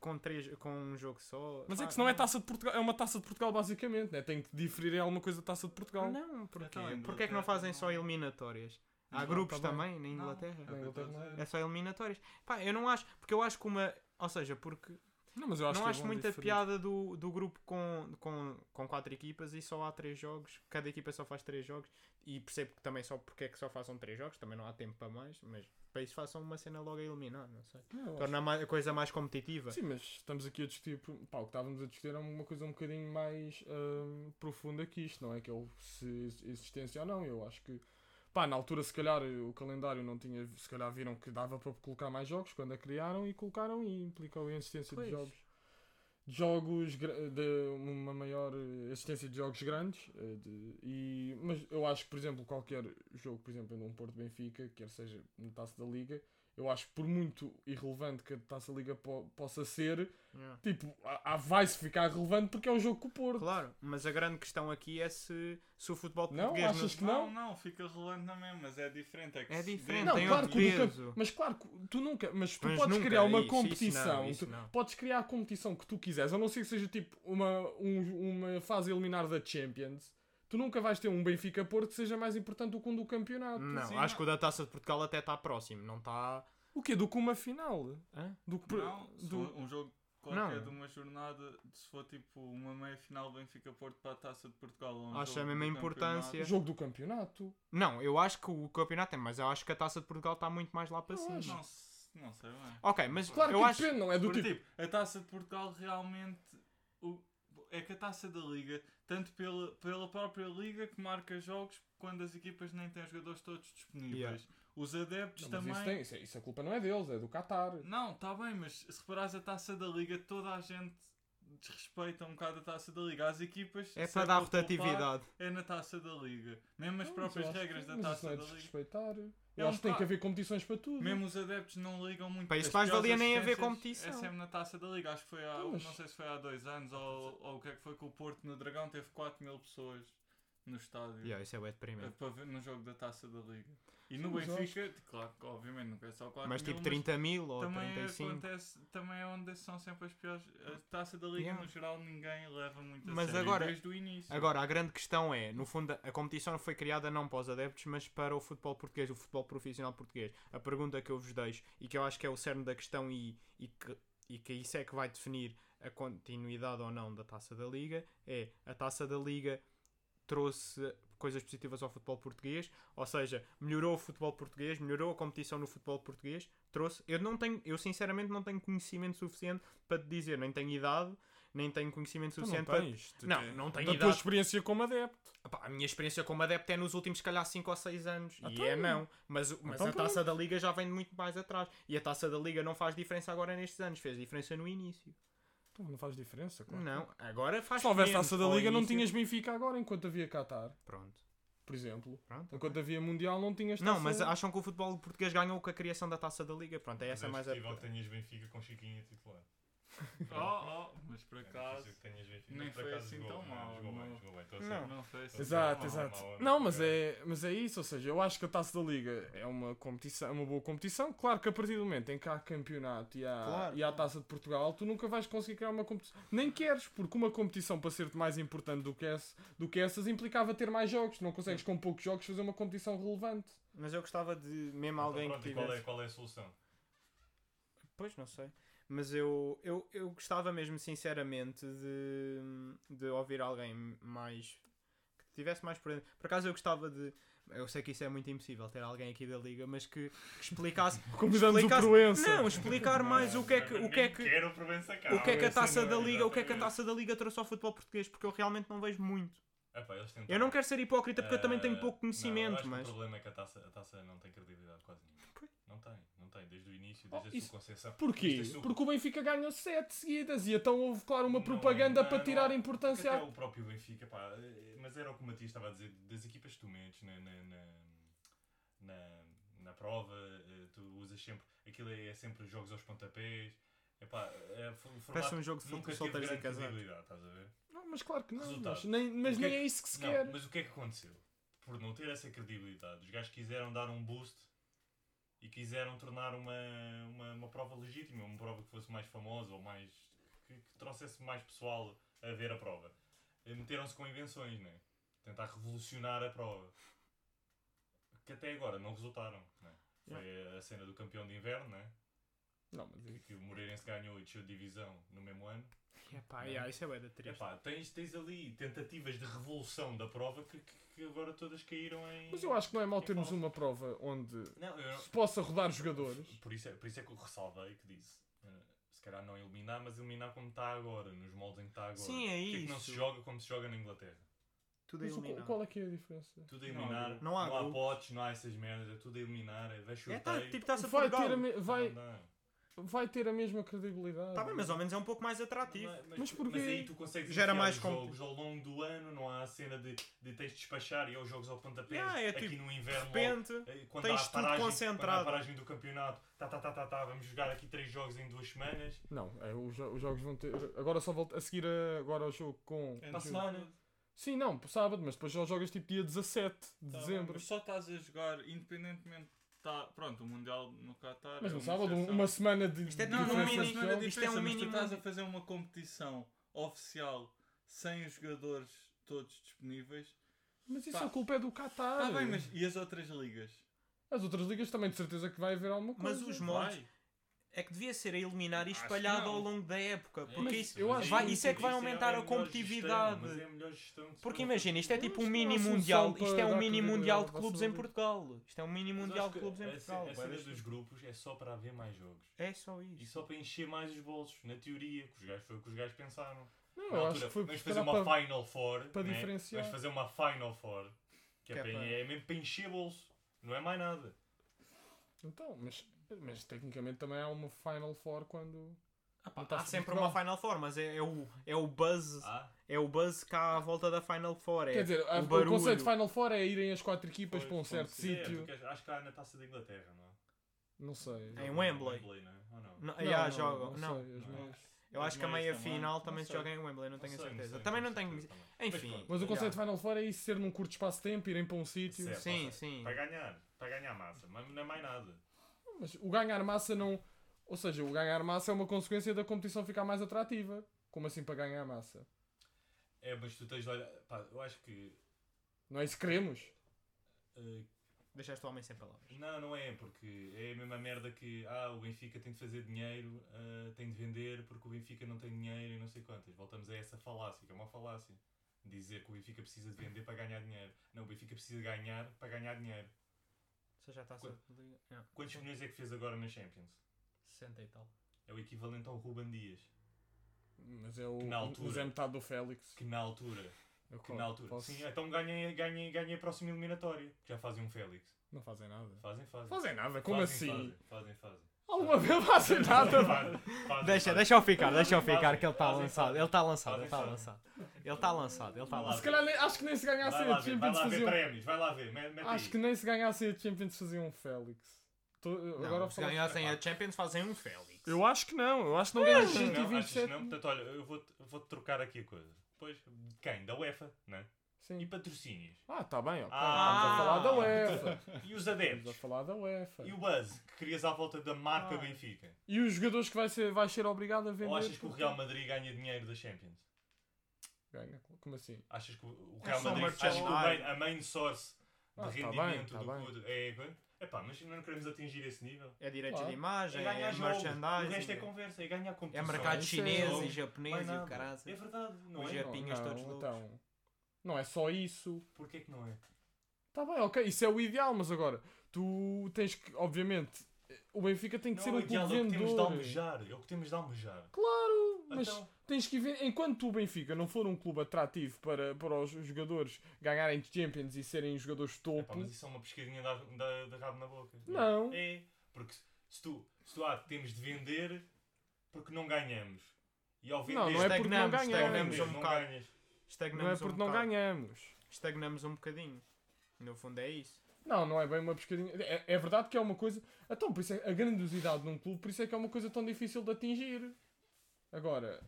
Com, três, com um jogo só. Mas é pá, que se não é taça de Portugal, é uma taça de Portugal basicamente, né? Tem que diferir em alguma coisa da taça de Portugal. Não, é? porquê? Então, a Porquê é que não Inglaterra fazem não- só eliminatórias? Há Não, grupos tá bem. também na Não, Inglaterra. é o que eu tô a dizer. É só eliminatórias. Pá, eu não acho. Porque eu acho que uma. Ou seja, porque. Não, mas eu acho não que é acho bom muita diferir. piada do, do grupo com, com, com quatro equipas e só há três jogos. Cada equipa só faz três jogos. E percebo que também só porque é que só façam três jogos. Também não há tempo para mais. Mas para isso façam uma cena logo a eliminar. Não sei. Não, eu acho- Torna a ma- a coisa mais competitiva. Sim, mas estamos aqui a discutir, por- pá, o que estávamos a discutir é uma coisa um bocadinho mais hum, profunda que isto, não é? Que é o se ex- existência ou não. Eu acho que, pá, na altura se calhar o calendário não tinha, se calhar viram que dava para colocar mais jogos quando a criaram e colocaram e implicou a existência Pois. de jogos. de Jogos gra- de uma maior eh, existência de jogos grandes, eh, de- e, mas eu acho que, por exemplo, qualquer jogo, por exemplo, num Porto Benfica, quer seja no Taça da Liga, eu acho que por muito irrelevante que a Taça Liga po- possa ser, Yeah. tipo, a- a- vai-se ficar relevante porque é um jogo com o Porto. Claro, mas a grande questão aqui é se, se o futebol Não? português Achas que Não, não? não, fica rolando na mesma, mas é diferente. É, que É se diferente, dentro- Não, tem claro outro que nunca- peso. Mas claro, que tu nunca, mas tu Mas podes nunca, criar uma isso, isso não, competição. isso tu não. Podes criar a competição que tu quiseres, a não ser que seja tipo uma, um- uma fase eliminar da Champions. Tu nunca vais ter um Benfica Porto que seja mais importante do que um do campeonato. Não, Sim, acho não. que o da Taça de Portugal até está próximo, não tá- está. O quê? Do que uma final? Hã? Do que. Não, se do- for um jogo qualquer Não. de uma jornada, se for tipo uma meia final Benfica Porto para a taça de Portugal. ou Um Acho jogo a mesma do O campeonato, importância. jogo do campeonato. Não, eu acho que o campeonato é, mas eu acho que a Taça de Portugal está muito mais lá para Eu cima. acho. Não, se- não sei bem. Ok, mas Claro eu que acho. depende, não é do Porque, tipo. tipo, a taça de Portugal realmente. o- é que a taça da Liga, tanto pela, pela própria Liga que marca jogos quando as equipas nem têm os jogadores todos disponíveis, Yeah. os adeptos Não, mas também. tá isso, tem, isso, é- isso a culpa não é deles, é do Qatar. Não, está bem, mas se reparares a taça da Liga, toda a gente desrespeita um bocado a taça da liga. As equipas. É se para dar poupar, rotatividade. É na taça da liga. Mesmo as Não, próprias mas eu acho regras que- da mas isso taça não é da liga. desrespeitar. É Eu um acho que tem bocado- que haver competições para tudo. Mesmo os adeptos não ligam muito. Pá, isso As faz piores valia nem haver assistências competição. É sempre na taça da liga. Acho que foi há, Então, mas- não sei se foi há dois anos ou, ou o que é que foi que o Porto no Dragão teve 4 mil pessoas no estádio. Yeah, isso é bué eh, deprimente. Para ver no jogo da taça da liga. E no mas eu Benfica, claro, que obviamente não é só 4 Mas mil. tipo 30 mil ou também é 35. acontece, também é onde são sempre as piores. A taça da liga, Yeah. no geral, ninguém leva muito a Mas sério agora- desde o início. Agora, a grande questão é, no fundo, a competição foi criada não para os adeptos, mas para o futebol português, o futebol profissional português. A pergunta que eu vos deixo, e que eu acho que é o cerne da questão e, e, que, e que isso é que vai definir a continuidade ou não da Taça da Liga, é, a Taça da Liga trouxe coisas positivas ao futebol português, ou seja, melhorou o futebol português, melhorou a competição no futebol português, trouxe, eu não tenho, eu sinceramente não tenho conhecimento suficiente para te dizer, nem tenho idade, nem tenho conhecimento Tu Então não suficiente para tens. tu não, tens- não tenho Da tua idade. experiência como adepto. Pá, a minha experiência como adepto é nos últimos, se calhar, 5 ou 6 anos. e Então. é não. Mas, o- mas Então a taça da Liga já vem de muito mais atrás. E a taça da Liga não faz diferença agora nestes anos. Fez diferença no início. Então, Não faz diferença, claro. Não, agora faz Se houvesse menos. é taça da Ao liga, não início- tinhas Benfica agora, enquanto havia Qatar, Pronto. por exemplo. Pronto. Enquanto havia Mundial, não tinhas Não, taça- mas acham que o futebol português ganhou com a criação da taça da Liga. Pronto, é essa é mais a. possível que tenhas Benfica com Chiquinha titular. Oh, oh, mas por É acaso. difícil que tenhas Benfica. nem Mas por foi acaso assim jogou, tão não, mal, Jogou bem, não. jogou bem. Então, assim, Estou a ser- Não. Não sei se Exato, Não, exato. não, não, Não, não, mas não. é, mas é isso, ou seja, eu acho que a Taça da Liga é uma competição, é uma boa competição. Claro que a partir do momento em que há campeonato e há, Claro. e há Taça de Portugal, tu nunca vais conseguir criar uma competição. Nem queres, porque uma competição para ser mais importante do que, esse, do que essas implicava ter mais jogos. Tu não consegues com poucos jogos fazer uma competição relevante. Mas eu gostava de mesmo Então, alguém pronto, que e qual é, tivesse. qual é a solução? Pois, não sei. Mas eu, eu, eu gostava mesmo, sinceramente, de, de ouvir alguém mais. que tivesse mais por dentro. Por acaso eu gostava de. Eu sei que isso é muito impossível, ter alguém aqui da Liga, mas que, que <laughs> explicasse. Convidamos o explicasse- Proença. Não, explicar mais o que é que. O que é que Quero o Provença cá. o que é que a essa taça não é, da liga, o que é que a exatamente. taça da liga trouxe ao futebol português, porque eu realmente não vejo muito. Ah, pá, eles tentaram. Eu não quero ser hipócrita porque eu também tenho Ah, pouco não, eu conhecimento, acho que mas O problema é que a taça, a taça não tem credibilidade quase nenhuma. Não tem, não tem. Desde o início, Oh, desde a isso- sua é concessão. Porquê? Desde a sua- Porque o Benfica ganhou 7 seguidas e então houve, claro, uma Não, propaganda não, para não, tirar não. importância. Até à- o próprio Benfica, pá, eh, mas era o que o Matias estava a dizer, das equipas que tu metes na, na, na, na, na prova, eh, tu usas sempre, aquilo é, é sempre jogos aos pontapés, epá, é, fo- o parece formato um jogo de nunca futebol teve solteiros em grande casaco. credibilidade, estás a ver? Não, mas claro que não. Resultado. Mas nem, mas O que é nem que- é isso que se Não, quer. mas o que é que aconteceu? Por não ter essa credibilidade, os gajos quiseram dar um boost e quiseram tornar uma, uma, uma prova legítima, uma prova que fosse mais famosa ou mais. que, que trouxesse mais pessoal a ver a prova. E Meteram-se com invenções, né? Tentar revolucionar a prova. Que até agora não resultaram, né? Foi a cena do campeão de inverno, né? Não, mas é Que o Moreirense ganhou e desceu de divisão no mesmo ano. Epá, yeah, isso é bué da triste. Epá, tens, tens ali tentativas de revolução da prova que, que- que agora todas caíram em. Mas eu acho que não é mau em termos falta. uma prova onde Não, eu se possa rodar jogadores. Por isso, é, por isso é que eu ressalvei que disse. eh, Se calhar não eliminar, mas eliminar como está agora, nos moldes em que está agora. Sim, é Porquê que não isso. se joga como se joga na Inglaterra? Tudo Mas o- qual é que é a diferença? Tudo a eliminar, há- não há não há grupos. potes, não há essas merdas, é tudo a eliminar, é vai É chuteio. tá, tipo taça de Vai Portugal. ter, a me- vai, Não, Ah, não. vai ter a mesma credibilidade. Tá bem, mas ao menos é um pouco mais atrativo. Mas, Mas porquê? aí tu consegues Gera enfiar mais os comp- jogos ao longo do ano, não há a cena de, de tens de despachar e é os jogos ao pontapé Yeah, é aqui tipo, no De inverno logo. repente, Quando Tens há tudo a paragem, concentrado. Quando há a paragem do campeonato, tá, tá, tá, tá, tá, vamos jogar aqui três jogos em duas semanas. Não, é, os, jo- os jogos vão ter. Agora só volta a seguir a- agora ao jogo com. É Para a semana. Sim, não, por sábado, mas depois já jogas tipo dia 17 de Tá bem, dezembro. Mas só estás a jogar, independentemente. Tá, pronto, o Mundial no Qatar. Mas é no uma sábado, um- exceção. uma semana de. Isto é de Não, não é diferença uma de mínimo. semana jogos. de Isto é um diferença, mas tu mínimo. estás a fazer uma competição oficial sem os jogadores todos disponíveis. Mas isso Pá. a culpa é do Qatar. Ah, bem, mas e as outras ligas? As outras ligas também de certeza que vai haver alguma coisa. mas os Vai. moldes é que devia ser a eliminar e Acho que espalhado não. ao longo da É época. Porque Mas É isso, eu acho vai- que isso é que vai aumentar a melhor competitividade. gestão, mas é a melhor gestão que se Porque pode imagina, isto é Eu tipo acho um que não há mini solução mundial. para Isto é um dar mini credibilidade mundial de ao clubes em Barcelona. Portugal. Isto é um mini fazer. mundial Mas de acho clubes que em a ce- Portugal. A cena dos grupos é só para haver mais jogos. É só E isso. só para encher mais os bolsos, na teoria, que os gajos, foi o que os gajos pensaram. Não, Na eu acho altura, que foi vamos se fazer calhar, uma para- Final Four. para né? diferenciar. Vamos fazer uma Final Four. Que, é, Que é para- para- é mesmo para encher bolso. Não é mais nada. Então, mas, mas tecnicamente também há uma Final Four quando. Há sempre uma Final Four, mas é, é o, é o buzz. Ah, É o buzz cá à volta da Final Four. É, Quer um dizer, a- o o, barulho. conceito de Final Four é irem as quatro equipas Pois, para um pois, certo sim, é, sítio. porque acho que há na taça da Inglaterra, não é? Não sei. Em um Wembley. não é? Ou não? Não, Não, já não, jogam. Não, Não, sei, as não. é. meias. eu acho que a As meias meia também, final também não se sei. joga em Wembley, não tenho a sei, certeza. sei, também não sei, tenho. também. Enfim. Mas pronto. Mas o conceito de Yeah. Final Four é isso ser num curto espaço de tempo, irem para um sítio. Certo. Sim, sim. Para ganhar, para ganhar massa, mas não é mais nada. Mas o ganhar massa não. Ou seja, o ganhar massa é uma consequência da competição ficar mais atrativa. Como assim para ganhar massa? É, mas tu tens de olhar. Pá, eu acho que. Não é isso que queremos? eh, Deixaste o homem sem palavras. não, não é, porque é a mesma merda que. Ah, o Benfica tem de fazer dinheiro, ah, tem de vender porque o Benfica não tem dinheiro e não sei quantas. Voltamos a essa falácia, que é uma falácia. Dizer que o Benfica precisa de vender para ganhar dinheiro. Não, o Benfica precisa ganhar para ganhar dinheiro. Você já está a Quanto- ser- Não, Quantos milhões é que fez agora na Champions? 60 e tal. É o equivalente ao Ruben Dias. Mas é o. Que na altura. Mas é metade do Félix. Que na altura. Eu Que co- na altura. posso- Sim, então ganhem ganhem ganhem a próxima eliminatória. que Já fazem um Félix. Não fazem nada. Fazem, fazem. Fazem nada, como Fazem, assim? Tá, Fazem, fazem. fazem. Alguma vez fazem nada? Fazem, fazem, Deixa, fazem. deixa-o ficar, deixa-o Fazem, ficar, que ele está fazem, lançado. fazem. Ele está lançado, ele está Fazem, lançado. Ele está lançado, ele está Vai Se lá. lançado. calhar nem- acho que nem se ganhassem Vai lá a ver, vai Champions lá ver faziam. prémios, vai lá ver. Mete, mete Acho que aí. nem se ganhassem a Champions faziam um Félix. Tô- eu- agora Não, eu se falo- assim, ganhassem a Champions, fazem um Félix. Eu acho que não, eu acho É, que não Achas ganhassem que não, achas que 127. não? Portanto, olha, eu vou-te vou trocar aqui a coisa. Pois, de quem? Da UEFA, não é? E Sim. patrocínios? Ah, tá bem, ok. Ah. Estamos a falar da UEFA. E os Estamos a adeptos? falar da UEFA. E o buzz que crias à volta da marca Ah. Benfica? E os jogadores que vai ser, vai ser obrigado a vender. Ou achas que o porque- Real Madrid ganha dinheiro da Champions? Ganha. Como assim? Achas que o- o É Real só Madrid, merchandise. achas que o main- a main source de Ah, tá bem, rendimento tá do bem. clube é é pá, mas não queremos atingir esse nível. É direitos Claro. de imagem, é, jogo. O resto é merchandising, conversa, é ganhar é, é competição. mercado Isso é- chinês Não, e mais japonês e nada. o caralho. É verdade, não Os é? Jap- Japinhas todos loucos. então. Não é só isso. Porquê que não é? Tá bem, ok. Isso é o ideal, mas agora, tu tens que, obviamente, o Benfica tem que não ser é o um clube ideal, é o que temos de vendedor. almejar. É o que temos de almejar. Claro, mas Então- tens que ver. Enquanto o Benfica não for um clube atrativo para, para os jogadores ganharem Champions e serem jogadores É topo, pá, mas isso é uma pescadinha da, da, de rabo na boca. Não. É, porque se tu, se tu ah, temos de vender porque não ganhamos. E ao vender, não, não é porque não Estagnamos, ganhamos. é estagnamos não um bocado. ganhas. Estagnamos Não é um porque não bocado. ganhamos. Estagnamos um bocadinho. No fundo é isso. Não, não é bem uma pescadinha. É, é verdade que é uma coisa. Então, por isso é, a grandiosidade num clube, por isso é que é uma coisa tão difícil de atingir. Agora,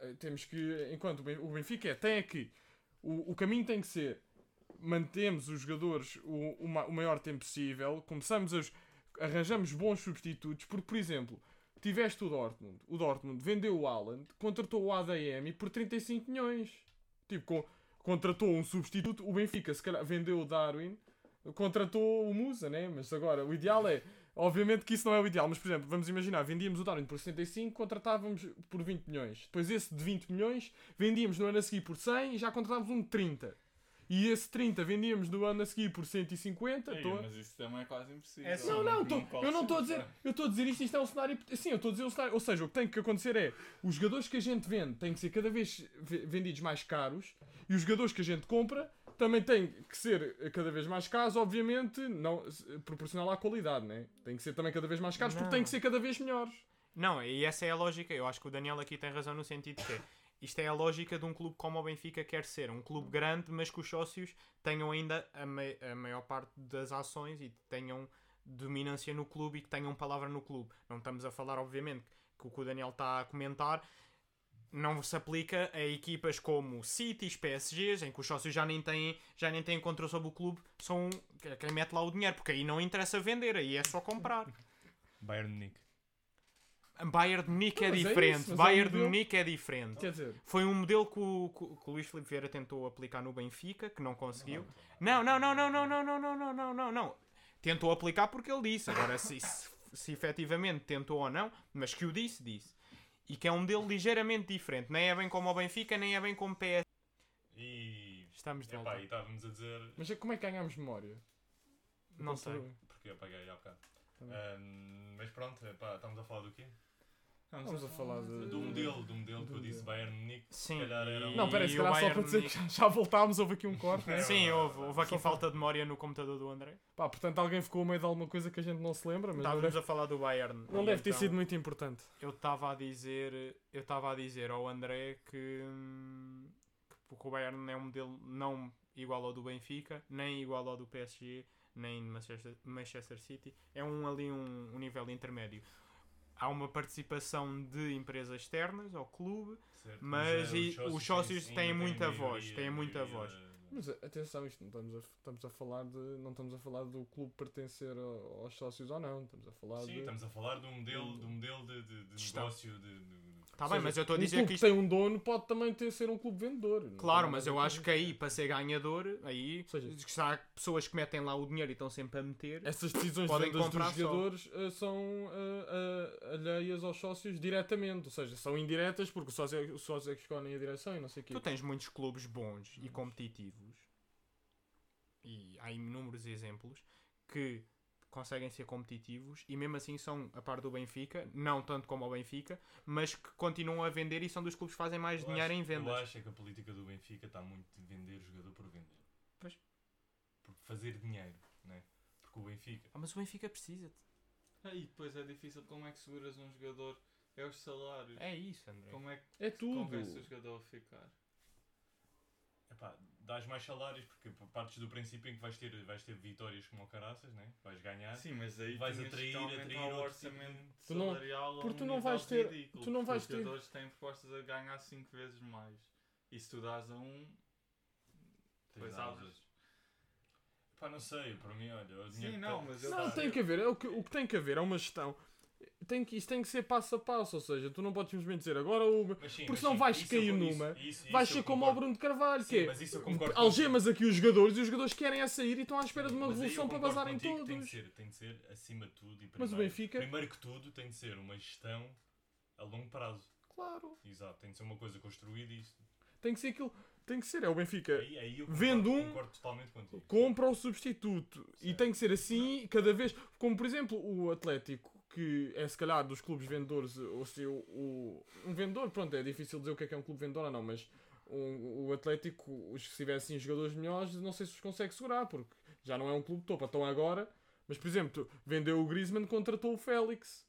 eh, temos que. Enquanto o Ben- o Benfica é, tem aqui. O, o caminho tem que ser. Mantemos os jogadores o, o, ma- o maior tempo possível. Começamos a. Arranjamos bons substitutos. Porque, por exemplo, tiveste o Dortmund. O Dortmund vendeu o Haaland, contratou o ADM por 35 milhões. Tipo, co- contratou um substituto. O Benfica, se calhar, vendeu o Darwin contratou o Musa, né? Mas agora, o ideal é. Obviamente que isso não é o ideal, mas por exemplo, vamos imaginar, vendíamos o Darwin por 65, contratávamos por 20 milhões. Depois esse de 20 milhões, vendíamos no ano a seguir por 100 e já contratávamos um de 30. E esse 30 vendíamos no ano a seguir por 150. Ei, tô- Mas isso também é quase impossível. É Não, só- não, tô- pode eu não estou a ser. dizer, eu estou a dizer isto, isto é um cenário, hipot- sim, eu estou a dizer um cenário, ou seja, o que tem que acontecer é, os jogadores que a gente vende têm que ser cada vez ve- vendidos mais caros, e os jogadores que a gente compra também têm que ser eh, cada vez mais caros, obviamente, não, se- proporcional à qualidade, né? Tem que ser também cada vez mais caros, porque Não. têm que ser cada vez melhores. Não, e essa é a lógica. Eu acho que o Daniel aqui tem razão no sentido que isto é a lógica de um clube como o Benfica quer ser. Um clube grande, mas que os sócios tenham ainda a, mai- a maior parte das ações e tenham dominância no clube e que tenham palavra no clube. Não estamos a falar, obviamente, que o que o Daniel está a comentar não se aplica a equipas como Cities, PSGs, em que os sócios já nem têm, já nem têm controle sobre o clube, são quem mete lá o dinheiro, porque aí não interessa vender, aí é só comprar. Bayern Munique. Bayern de Munique Não, é mas é isso, diferente. mas é um Bayern de modelo- Munique é diferente. Quer dizer, Foi um modelo que o, que- que o Luís Filipe Vieira tentou aplicar no Benfica, que não conseguiu. Não, não, não, não, não, não, não, não, não, não, não, não. Tentou aplicar porque ele disse. Agora, se, se, se efetivamente tentou ou não, mas que o disse, disse. E que é um modelo ligeiramente diferente. Nem é bem como o Benfica, nem é bem como o PS. E. Estamos de Epá, e volta. estávamos a dizer. mas como é que ganhamos memória? Não sei. Porque eu apaguei há bocado. Tá bem. Ahm, mas pronto, epá, estamos a falar do quê? Não, Estamos a falar de- Do modelo, do modelo que eu Do disse, modelo. Bayern Munique. Sim. calhar era um- Não, peraí, e se o calhar só para Bayern dizer que Munique- já, já voltámos, houve aqui um corte, né? Sim, houve, houve aqui Só falta de memória no computador do André. Pá, portanto alguém ficou a meio de alguma coisa que a gente não se lembra, mas não Estávamos deve, a falar do Bayern. não E deve ter então, sido muito importante. Eu estava a dizer, eu estava a dizer ao André que, hum, que o Bayern é um modelo não igual ao do Benfica, nem igual ao do PSG, nem de Manchester, Manchester City. É um ali um, um nível intermédio. Há uma participação de empresas externas ao clube. certo, Mas eh, e- os sócios sim- têm ainda muita voz, maioria- têm muita maioria voz. da- Mas a- atenção, isto não estamos a, estamos a falar de. Não estamos a falar do clube pertencer ao- aos sócios ou não. Estamos a falar Sim, de. estamos a falar de um modelo, de, um modelo de, de- de Gestão. negócio. De, de- Está Ou Tá Ah, bem, seja, mas eu estou a um dizer clube que que isto. tem um dono pode também ter, ser um clube vendedor. não Claro, tem mas nada a eu ver com acho isso. que aí, para ser ganhador, aí Ou seja- se há pessoas que metem lá o dinheiro e estão sempre a meter. Essas decisões de Podem vendas comprar dos só. jogadores eh, são eh, eh, alheias aos sócios diretamente, ou seja, são indiretas porque os sócios é, o sócio é que escolhem a direção e não sei o quê. Tu tens muitos clubes bons e competitivos, e há inúmeros exemplos, que conseguem ser competitivos e mesmo assim são a par do Benfica, não tanto como o Benfica, mas que continuam a vender e são dos clubes que fazem mais Eu dinheiro acho- em Eu vendas. acho é que a política do Benfica está muito de vender jogador por vender. Pois. Por fazer dinheiro, né? Porque o Benfica. Ah, mas o Benfica precisa-te. E depois é difícil como é que seguras um jogador. É os salários. É isso, André. Como é que É tudo. convence o jogador a ficar? Epá, dás mais salários porque partes do princípio em que vais ter, vais ter vitórias como o caraças, né? vais ganhar. Sim, mas aí Vais tinhas que atrair- aumentar atrair o outro tipo de- orçamento Tu não- salarial a porque um tu não nível vais ter- ridículo, tu não porque vais Os ter- jogadores têm propostas a ganhar 5 vezes mais. E se tu dás a um, Tens depois nada aos abres. outros. Epá, não sei, para mim, olha. o Sim, dinheiro que não, tem- mas eu Não, tem que haver, é o, que, o que tem que haver é uma gestão. Tem que, isso tem que ser passo a passo, ou seja, tu não podes simplesmente dizer agora o Mas sim, Porque mas senão sim, vais isso cair eu- numa, isso- isso- Vai isso eu ser como o concordo. Bruno de Carvalho, Sim, que mas isso eu é concordo algemas aqui os jogadores e os jogadores querem a sair e estão à espera de uma Mas aí eu revolução para concordo vazarem contigo, todos. Tem de, ser, tem de ser, acima de tudo, e primeiro, Mas o Benfica- primeiro que tudo, tem de ser uma gestão a longo prazo. Claro. Exato, tem de ser uma coisa construída e isso. Tem que ser aquilo. Tem que ser, é o Benfica. Aí, aí eu concordo, Vendo um, concordo totalmente contigo. Compra o substituto. E Certo. tem que ser assim cada vez. Como por exemplo o Atlético, que é se calhar dos clubes vendedores, ou se o, o- um vendedor, pronto, é difícil dizer o que é que é um clube vendedor ou não, mas um- o Atlético, os se tivessem jogadores melhores, não sei se os consegue segurar, porque já não é um clube de topo, então agora. Mas por exemplo, vendeu o Griezmann, contratou o Félix.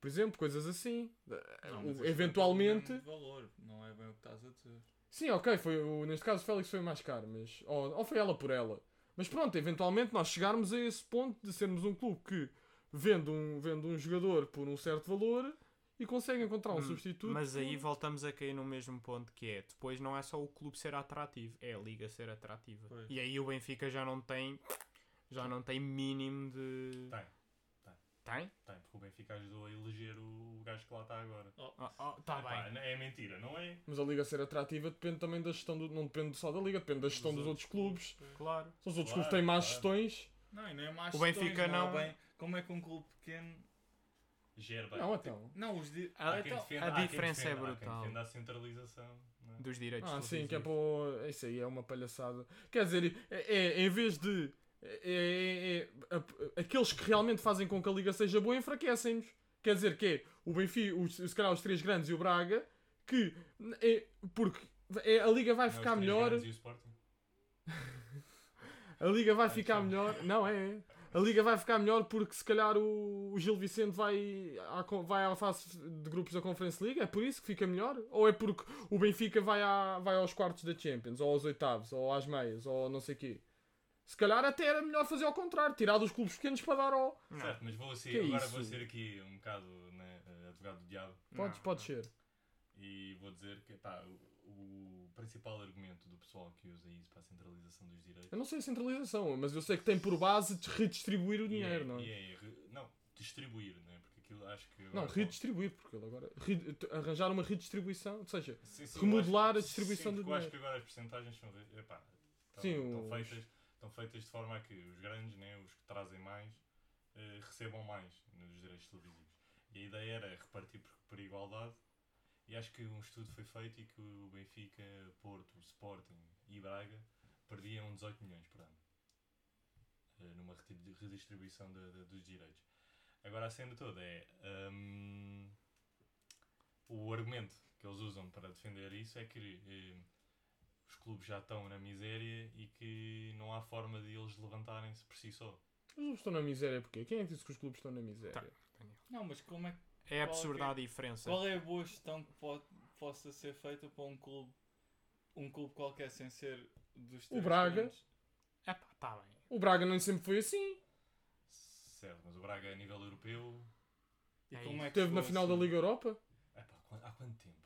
Por exemplo, coisas assim. Não, mas O- isso é eventualmente. um valor, não é bem o que estás a dizer. Sim, ok, foi, o- neste caso o Félix foi mais caro, mas. Ou, ou foi ela por ela. Mas pronto, eventualmente nós chegarmos a esse ponto de sermos um clube que vende um, vende um jogador por um certo valor e consegue encontrar um Hum, substituto. Mas aí por- voltamos a cair no mesmo ponto que é depois não é só o clube ser atrativo, é a liga ser atrativa. Pois. E aí o Benfica já não tem já não tem mínimo de Tem. tem? Tem, porque o Benfica ajudou a eleger o gajo que lá está agora. Ah, ah, tá Epá, bem. não- é mentira, não é? Mas a liga ser atrativa depende também da gestão do. Não depende só da liga, depende da gestão dos outros clubes. Claro. Se os outros Claro, clubes têm más claro. gestões. Não, e nem é mais O Benfica questões, há não- Bem, como é que um clube pequeno. Gera bem. Não, então. Não, os. Di... Ah, Há quem então, defenda- a há quem diferença defenda- é há quem brutal defenda a centralização. não é? dos direitos Ah, sim, que é televisivos. para. o- Isso aí é uma palhaçada. Quer dizer, é, é- em vez de. é- é- é- a- aqueles que realmente fazem com que a liga seja boa enfraquecem-nos. Quer dizer, que é o Benfica, os, se calhar os três grandes e o Braga, que. É, porque é, a liga vai Não é ficar os três melhor. grandes e o Sporting? A liga vai Ai, ficar sim. melhor. Não, é. é. A liga vai ficar melhor porque se calhar o, o Gil Vicente vai à, con- vai à fase de grupos da Conference League. É por isso que fica melhor? Ou é porque o Benfica vai, à, vai aos quartos da Champions, ou aos oitavos, ou às meias, ou não sei quê? Se calhar até era melhor fazer ao contrário, tirar dos clubes pequenos para dar ao. Não, Certo, mas vou ser, Que é agora isso? vou ser aqui um bocado né, eh, advogado do diabo. Podes, não, podes não. ser. E vou dizer que pá, o, o principal argumento do pessoal que usa isso para a centralização dos direitos Eu não sei a centralização, mas eu sei que tem por base de redistribuir o e dinheiro, é, não é? e é re- não, distribuir, não é? Porque aquilo acho que. Não, agora- redistribuir, porque ele agora. re- arranjar uma redistribuição, ou seja, Sim, sim, remodelar eu a distribuição sim, do porque eu acho que agora as percentagens são. re- Epá, estão, Sim, estão os- feitas, estão feitas de forma a que os grandes, né, os que trazem mais, eh, recebam mais nos direitos televisivos. E a ideia era repartir por, por igualdade. E acho que um estudo foi feito e que o Benfica, Porto, Sporting e Braga perdiam 18 milhões por ano eh, numa redi- redistribuição da- da- dos direitos. Agora a cena toda é. hum, argumento que eles usam para defender isso é que eh, os clubes já estão na miséria e que não há forma de eles levantarem-se por si só. Os clubes estão na miséria porquê? Quem é que disse que os clubes estão na Tá, miséria? Não, mas como é É Qual absurda que- a diferença. Qual é a boa gestão que pode, possa ser feita para um clube, um clube qualquer sem ser dos três Braga. grandes? É pá, tá bem. O Braga não sempre foi assim. Certo, mas o Braga a nível europeu. E É como isso. é que Esteve na chegou final da assim? Liga Europa Epá, há quan- há quanto tempo?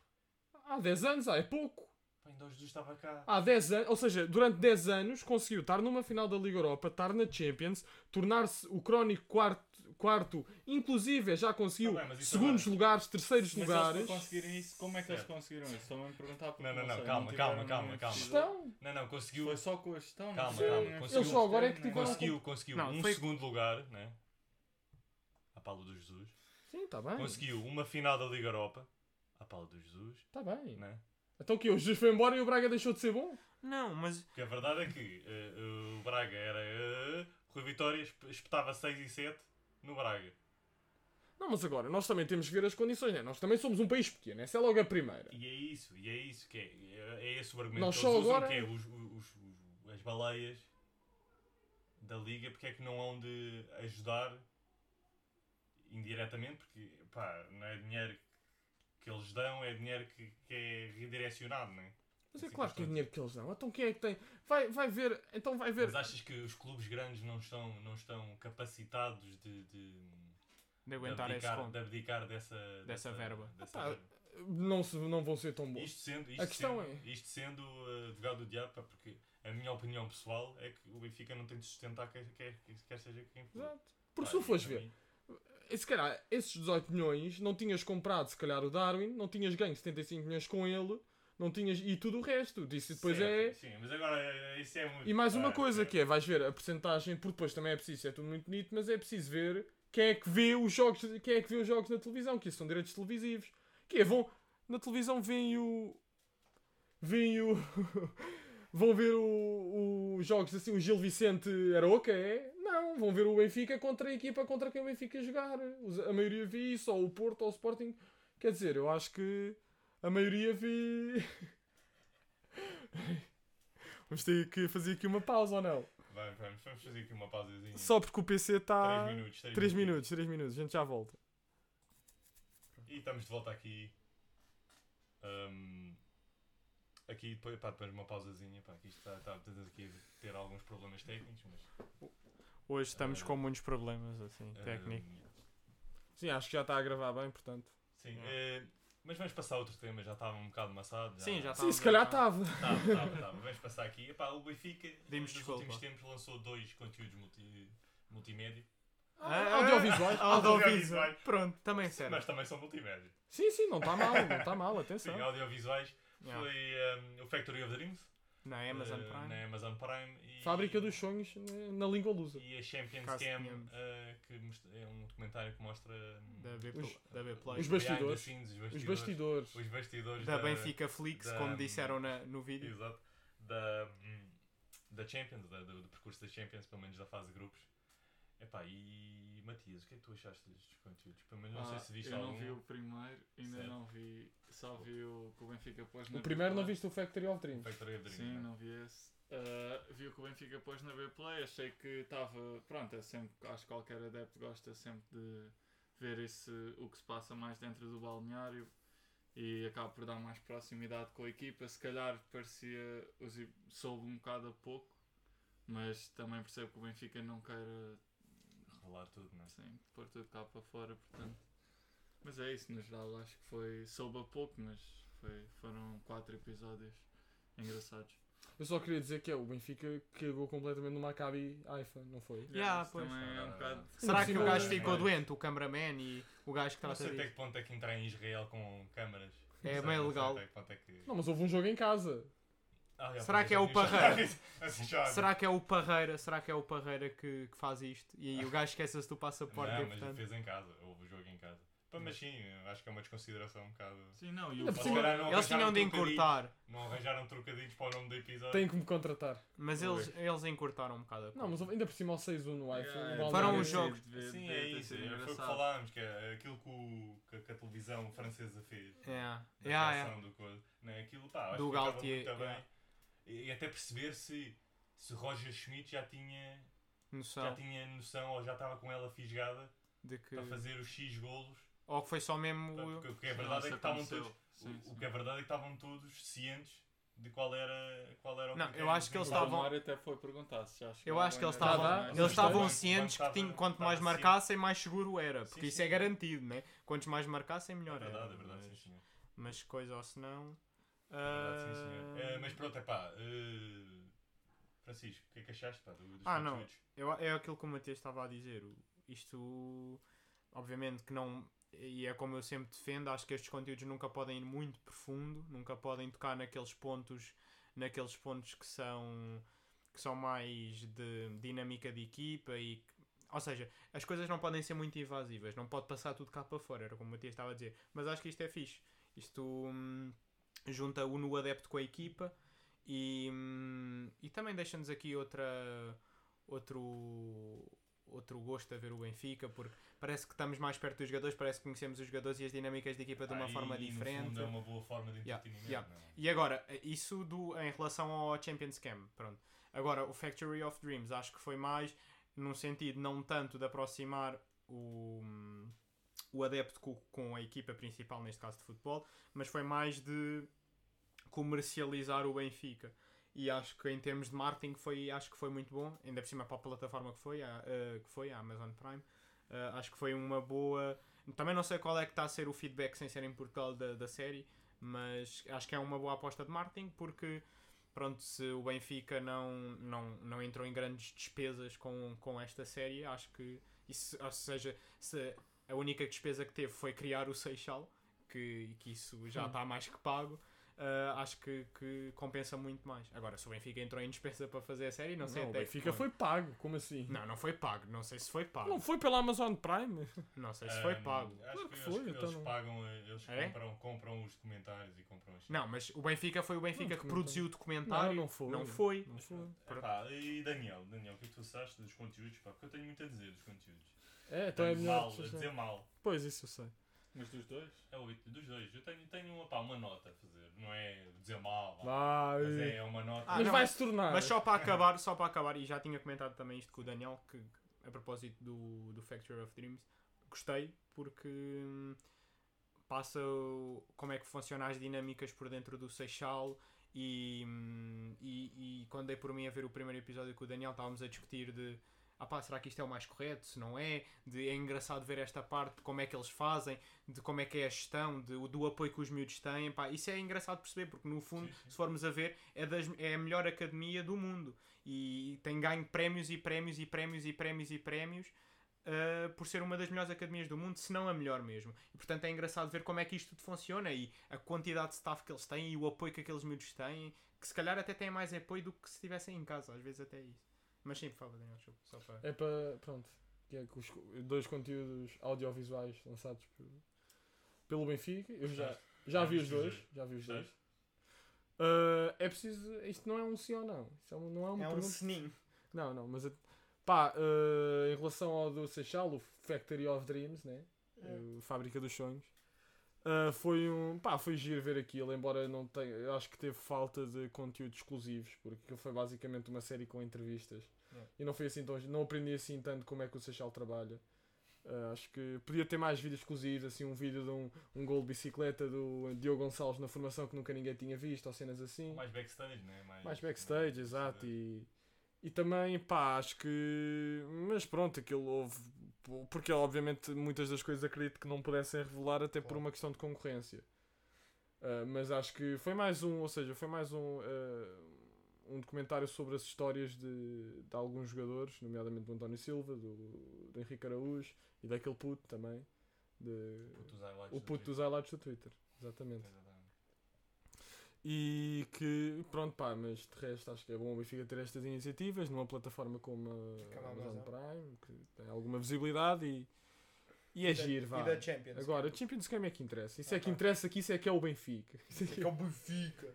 há 10 anos, há é pouco. Pá, ainda o Jesus estava cá. Há 10 anos, ou seja, durante 10 anos conseguiu estar numa final da Liga Europa, estar na Champions, tornar-se o crónico quarto, quarto inclusive já conseguiu Tá bem, mas isso segundos agora- lugares, terceiros Mas eles para lugares. conseguirem isso, como é que eles Certo. conseguiram isso? Estão-me a perguntar porque Não, não, não, sei, calma, tiveram calma, calma, nenhuma calma. pesquisa. Estão. Não, não, conseguiu. Foi só com a gestão, não né? Calma, foi? calma, Não conseguiu. foi Eles só agora é que externo, tiveram- não. Conseguiu, conseguiu Não, um foi- segundo lugar, né? À pala do Jesus. Sim, está bem. Conseguiu uma final da Liga Europa. À pala do Jesus, Está tá bem. né? Então que o Jesus foi embora e o Braga deixou de ser bom? Não, mas Porque a verdade é que eh, eh, o Braga era. eh, Rui Vitória esp- espetava 6 e 7 no Braga. Não, mas agora, nós também temos que ver as condições, né? Nós também somos um país pequeno, essa é logo a primeira. E é isso, e é isso que é. É esse o argumento Nós que só eles usam, agora- que é os, os- os- as baleias da liga, porque é que não hão de ajudar indiretamente, porque pá, não é dinheiro que eles dão, é dinheiro que, que é redirecionado, não é? Mas é Assim, claro que é constante. dinheiro que eles dão. Então quem é que tem? Vai, vai ver, então vai ver. Mas achas que os clubes grandes não estão, não estão capacitados de, de, de de aguentar esse abdicar, de ponto. abdicar dessa, verba. dessa Ah, pá, verba? Não, se, não vão ser tão bons. Isto sendo, isto questão é- sendo, isto sendo uh, advogado do diabo, pá, porque a minha opinião pessoal é que o Benfica não tem de sustentar quer, quer, quer seja quem for. Exato. Porque Pá, se tu e fores para ver, mim, E se calhar, esses 18 milhões não tinhas comprado, se calhar, o Darwin, não tinhas ganho 75 milhões com ele, não tinhas. e tudo o resto. Disse depois certo, é. Sim, mas agora eh, isso é muito. E mais uma pá, coisa é- que é, vais ver a porcentagem, porque depois também é preciso, isso é tudo muito bonito, mas é preciso ver quem é que vê os jogos, quem é que vê os jogos na televisão, que isso são direitos televisivos. Que é, vão. Na televisão vem o. Vem o. <laughs> vão ver o, o jogos assim, o Gil Vicente Aroca, é? Não, vão ver o Benfica contra a equipa contra quem o Benfica jogar. Os- A maioria vê isso, ou o Porto ou o Sporting. Quer dizer, eu acho que a maioria vê. <laughs> Vamos ter que fazer aqui uma pausa ou não? Vai, vamos, vamos fazer aqui uma pausazinha. Só porque o tá PC está. 3 minutos, 3, 3 minutos, 3 minutos, a gente já volta. E estamos de volta aqui. Ahm, aqui, depois, pá, depois uma pausazinha, pá, que isto está, está portanto, aqui a ter alguns problemas técnicos, mas. Hoje estamos Eh, com muitos problemas, assim, Ah. <laughs> técnico. ahm, Sim, acho que já está a gravar bem, portanto. Sim, eh, mas vamos passar a outro tema, já estava um bocado amassado. Sim, já Sim, se calhar estava. Tá, tá, tá. Vamos passar aqui. Epá, o Benfica, Demos nos desculpa. últimos tempos, lançou dois conteúdos multi- multimédia. Ah, Audiovisuais. Audiovisuais. Pronto, também serve. Mas também são multimédia. Sim, sim, não está mal, não está mal, Sim, atenção. audiovisuais. Yeah. Foi um, o Factory of Dreams. Na Amazon eh, Prime. Na Amazon Prime. E, Fábrica dos sonhos na- na língua lusa. E a Champions Caso Cam, tenhamos. eh, que most- é um documentário que mostra... hum, Da B, Os- da B Play. os behind the bastidores. scenes, os Os bastidores. bastidores. Os bastidores da Benfica Flix, da- como disseram na- no vídeo. Exato. Da, hum, da Champions, da- do, do percurso da Champions, pelo menos da fase de grupos. Epá, e Matias, o que é que tu achaste destes conteúdos? Pelo menos não Ah, sei se viste eu algum. não vi o primeiro, ainda Certo. não vi, só vi o que o Benfica pôs na O primeiro não Bplay. viste o Factory of Dreams. Factory of Dreams, Sim, né? não vi esse. Ah, vi o que o Benfica pôs na B-Play, achei que estava. Pronto, é sempre, acho que qualquer adepto gosta sempre de ver esse, o que se passa mais dentro do balneário e acaba por dar mais proximidade com a equipa. Se calhar parecia. os i- soube um bocado a pouco, mas também percebo que o Benfica não queira Revelar tudo, não é? assim, pôr tudo cá para fora, portanto. Mas é isso, no geral, acho que foi. soube a pouco, mas foi, foram quatro episódios engraçados. Eu só queria dizer que é o Benfica cagou completamente no Maccabi Haifa, não foi? Yeah, isso pois. também é um Ah. bocado- Será que Sim, o gajo mas- ficou doente? O cameraman e o gajo que Não trata sei até disso. que ponto é que entrar em Israel com câmaras. É Não sei, bem não sei legal. até que ponto é que- Não, mas houve um jogo em casa. Ah, já, Será pois, que é já o vi- <laughs> já Parreira? vi- já vi- já vi- Será que é o Parreira? Será que é o Parreira que, que faz isto? E aí é o tá- gajo esquece-se do passaporte Não, e mas portanto. fez em casa, houve o jogo em casa. Pá, mas sim, eu acho que é uma desconsideração um bocado. Sim, não, e Ainda o por Ou cima- se calhar não Eles tinham arranjaram de trocadilhos- encurtar, Não arranjaram trocadilhos para o nome do episódio. Têm que me contratar. mas eles, eles encurtaram um bocado a Não, mas coisa. houve- ainda por cima ao 6-1 no Haifa. Yeah, no é, Foram Almada. os jogos. devia- Sim, devia é ter isso. Foi sido o que engraçado. falámos, que é aquilo que, o- que a- que a televisão televisão francesa fez. Yeah. Da Yeah, reação yeah. do coisa. Né? Aquilo, pá, acho Do que ficava Galtier, muito bem. yeah. E, e até perceber se, se Roger Schmidt já tinha, já Noção tinha noção ou já estava com ela fisgada de que. para fazer os X golos. Ou que foi só mesmo. Pá, porque o que é Não, verdade é isso que estavam aconteceu. todos. Sim, o- sim. O que é verdade é que estavam todos cientes de qual era, qual era o Não, critério eu acho é de que eles O Paulo jogo. estavam- Mário até foi perguntar se já Eu acho é? que eles Tá, estavam, tá. eles estavam Quando- cientes que quando tinha, tava- quanto mais tava marcassem, mais seguro era. Sim, Porque isso é sim. garantido, né? Quantos mais marcassem, melhor É verdade, era. é verdade, sim, mas, senhor. mas coisa ou se não. É verdade, sim, senhor. ah, Eh, mas pronto, é pá. eh, Francisco, o que é que achaste pá, do, dos Ah, não. conteúdos? Eu, é aquilo que o Matias estava a dizer. o- Isto, obviamente, que não. E é como eu sempre defendo, acho que estes conteúdos nunca podem ir muito profundo, nunca podem tocar naqueles pontos, naqueles pontos que são que são mais de dinâmica de equipa e que- ou seja, as coisas não podem ser muito invasivas, não pode passar tudo cá para fora, era como o Matias estava a dizer, mas acho que isto é fixe. Isto hum, junta o no adepto com a equipa e, hum, e também deixa-nos aqui outra outro outro gosto a ver o Benfica, porque parece que estamos mais perto dos jogadores, parece que conhecemos os jogadores e as dinâmicas de equipa de uma Aí, forma Ah, no diferente. fundo, é uma boa forma de Yeah, entretenimento. yeah. não é? E agora, isso do, em relação ao Champions Cam, pronto. Agora, o Factory of Dreams acho que foi mais num sentido não tanto de aproximar o, o adepto co- com, a equipa principal, neste caso de futebol, mas foi mais de comercializar o Benfica. E acho que em termos de marketing foi, acho que foi muito bom, ainda por cima para a plataforma que foi, a, a- que foi, a Amazon Prime. Ah, acho que foi uma boa. Também não sei qual é que está a ser o feedback sem ser em Portugal da, da série, mas acho que é uma boa aposta de marketing porque pronto, se o Benfica não, não, não entrou em grandes despesas com, com esta série, acho que isso, ou seja, se a única despesa que teve foi criar o Seixal, que, que isso já está mais que pago. ah, acho que, que compensa muito mais. Agora, se o Benfica entrou em despesa para fazer a série, não sei o até que Benfica ponto. foi pago, como assim? Não, não foi pago. Não sei se foi pago. Não foi pela Amazon Prime? Não sei se foi Ahm, pago. Acho Claro que, que eles- foi, eles, então não- pagam, eh, eles É? compram, compram os documentários e compram as Não, mas o Benfica foi o Benfica Não, que não produziu o Não, documentário. não foi. Não foi. Não Ah, foi. Epá, e Daniel, Daniel, o que é que tu achaste dos conteúdos? Pá, porque eu tenho muito a dizer dos conteúdos. É, então é Tenho mal, melhor. a dizer mal. Pois, isso eu sei. Mas dos dois? É oito dos dois. Eu tenho, tenho uma, pá, uma nota a fazer. Não é dizer mal, vá, Vai. mas é uma nota. Ah, mas não, vai mas- se tornar. Mas só para acabar, só para acabar, e já tinha comentado também isto com o Daniel, que a propósito do, do Factory of Dreams, gostei porque hum, passa o- como é que funcionam as dinâmicas por dentro do Seixal e, hum, e, e quando dei por mim a ver o primeiro episódio com o Daniel estávamos a discutir de ah pá, será que isto é o mais correto, se não é, de é engraçado ver esta parte, de como é que eles fazem, de como é que é a gestão, de, do apoio que os miúdos têm, pá, isso é engraçado perceber, porque no fundo, Sim, sim. se formos a ver, é, das, é a melhor academia do mundo e tem ganho prémios e prémios e prémios e prémios e prémios uh, por ser uma das melhores academias do mundo, se não a melhor mesmo. E portanto é engraçado ver como é que isto tudo funciona e a quantidade de staff que eles têm e o apoio que aqueles miúdos têm, que se calhar até têm mais apoio do que se estivessem em casa, às vezes até é isso. Mas sim, por favor, Daniel, desculpa, só para. É para. Pronto. Que é que os co- dois conteúdos audiovisuais lançados por- pelo Benfica. Eu já, já Já vi os viste os dois. dois? Já vi os dois. Gostaste? Ah, é preciso. Isto não é um sim ou não. Isto é um- não é uma É um pergunta. sininho. Não, não, mas. eu- Pá, ah, em relação ao do Seixal, o Factory of Dreams, né? Eh, Fábrica dos Sonhos. Ah, foi um. Pá, foi giro ver aquilo, embora não tenha. eu acho que teve falta de conteúdos exclusivos, porque aquilo foi basicamente uma série com entrevistas. Yeah. E não foi assim tão. Não aprendi assim tanto como é que o Seixal trabalha. Ah, acho que podia ter mais vídeos exclusivos, assim, um vídeo de um, um gol de bicicleta do Diogo Gonçalves na formação que nunca ninguém tinha visto, ou cenas assim. Mais backstage, não é? Mais backstage, exato. E, e também, pá, acho que. Mas pronto, aquilo houve. Porque obviamente muitas das coisas acredito que não pudessem revelar, até por Claro. uma questão de concorrência. Ah, mas acho que foi mais um, ou seja, foi mais um, ah, um documentário sobre as histórias de, de alguns jogadores, nomeadamente do António Silva, do, do Henrique Araújo e daquele puto também. de- Puto dos highlights o do puto Twitter. dos highlights do Twitter, exatamente. Exatamente. E que, pronto, pá, mas de resto acho que é bom o Benfica ter estas iniciativas numa plataforma como a Como a Amazon Amazon. Prime, que tem alguma visibilidade e, e é giro, vá. E da Champions. <laughs> Agora, Champions Game é que interessa. Isso Ah, é que pá. interessa aqui, isso é que é o Benfica. Isso é que é- Benfica.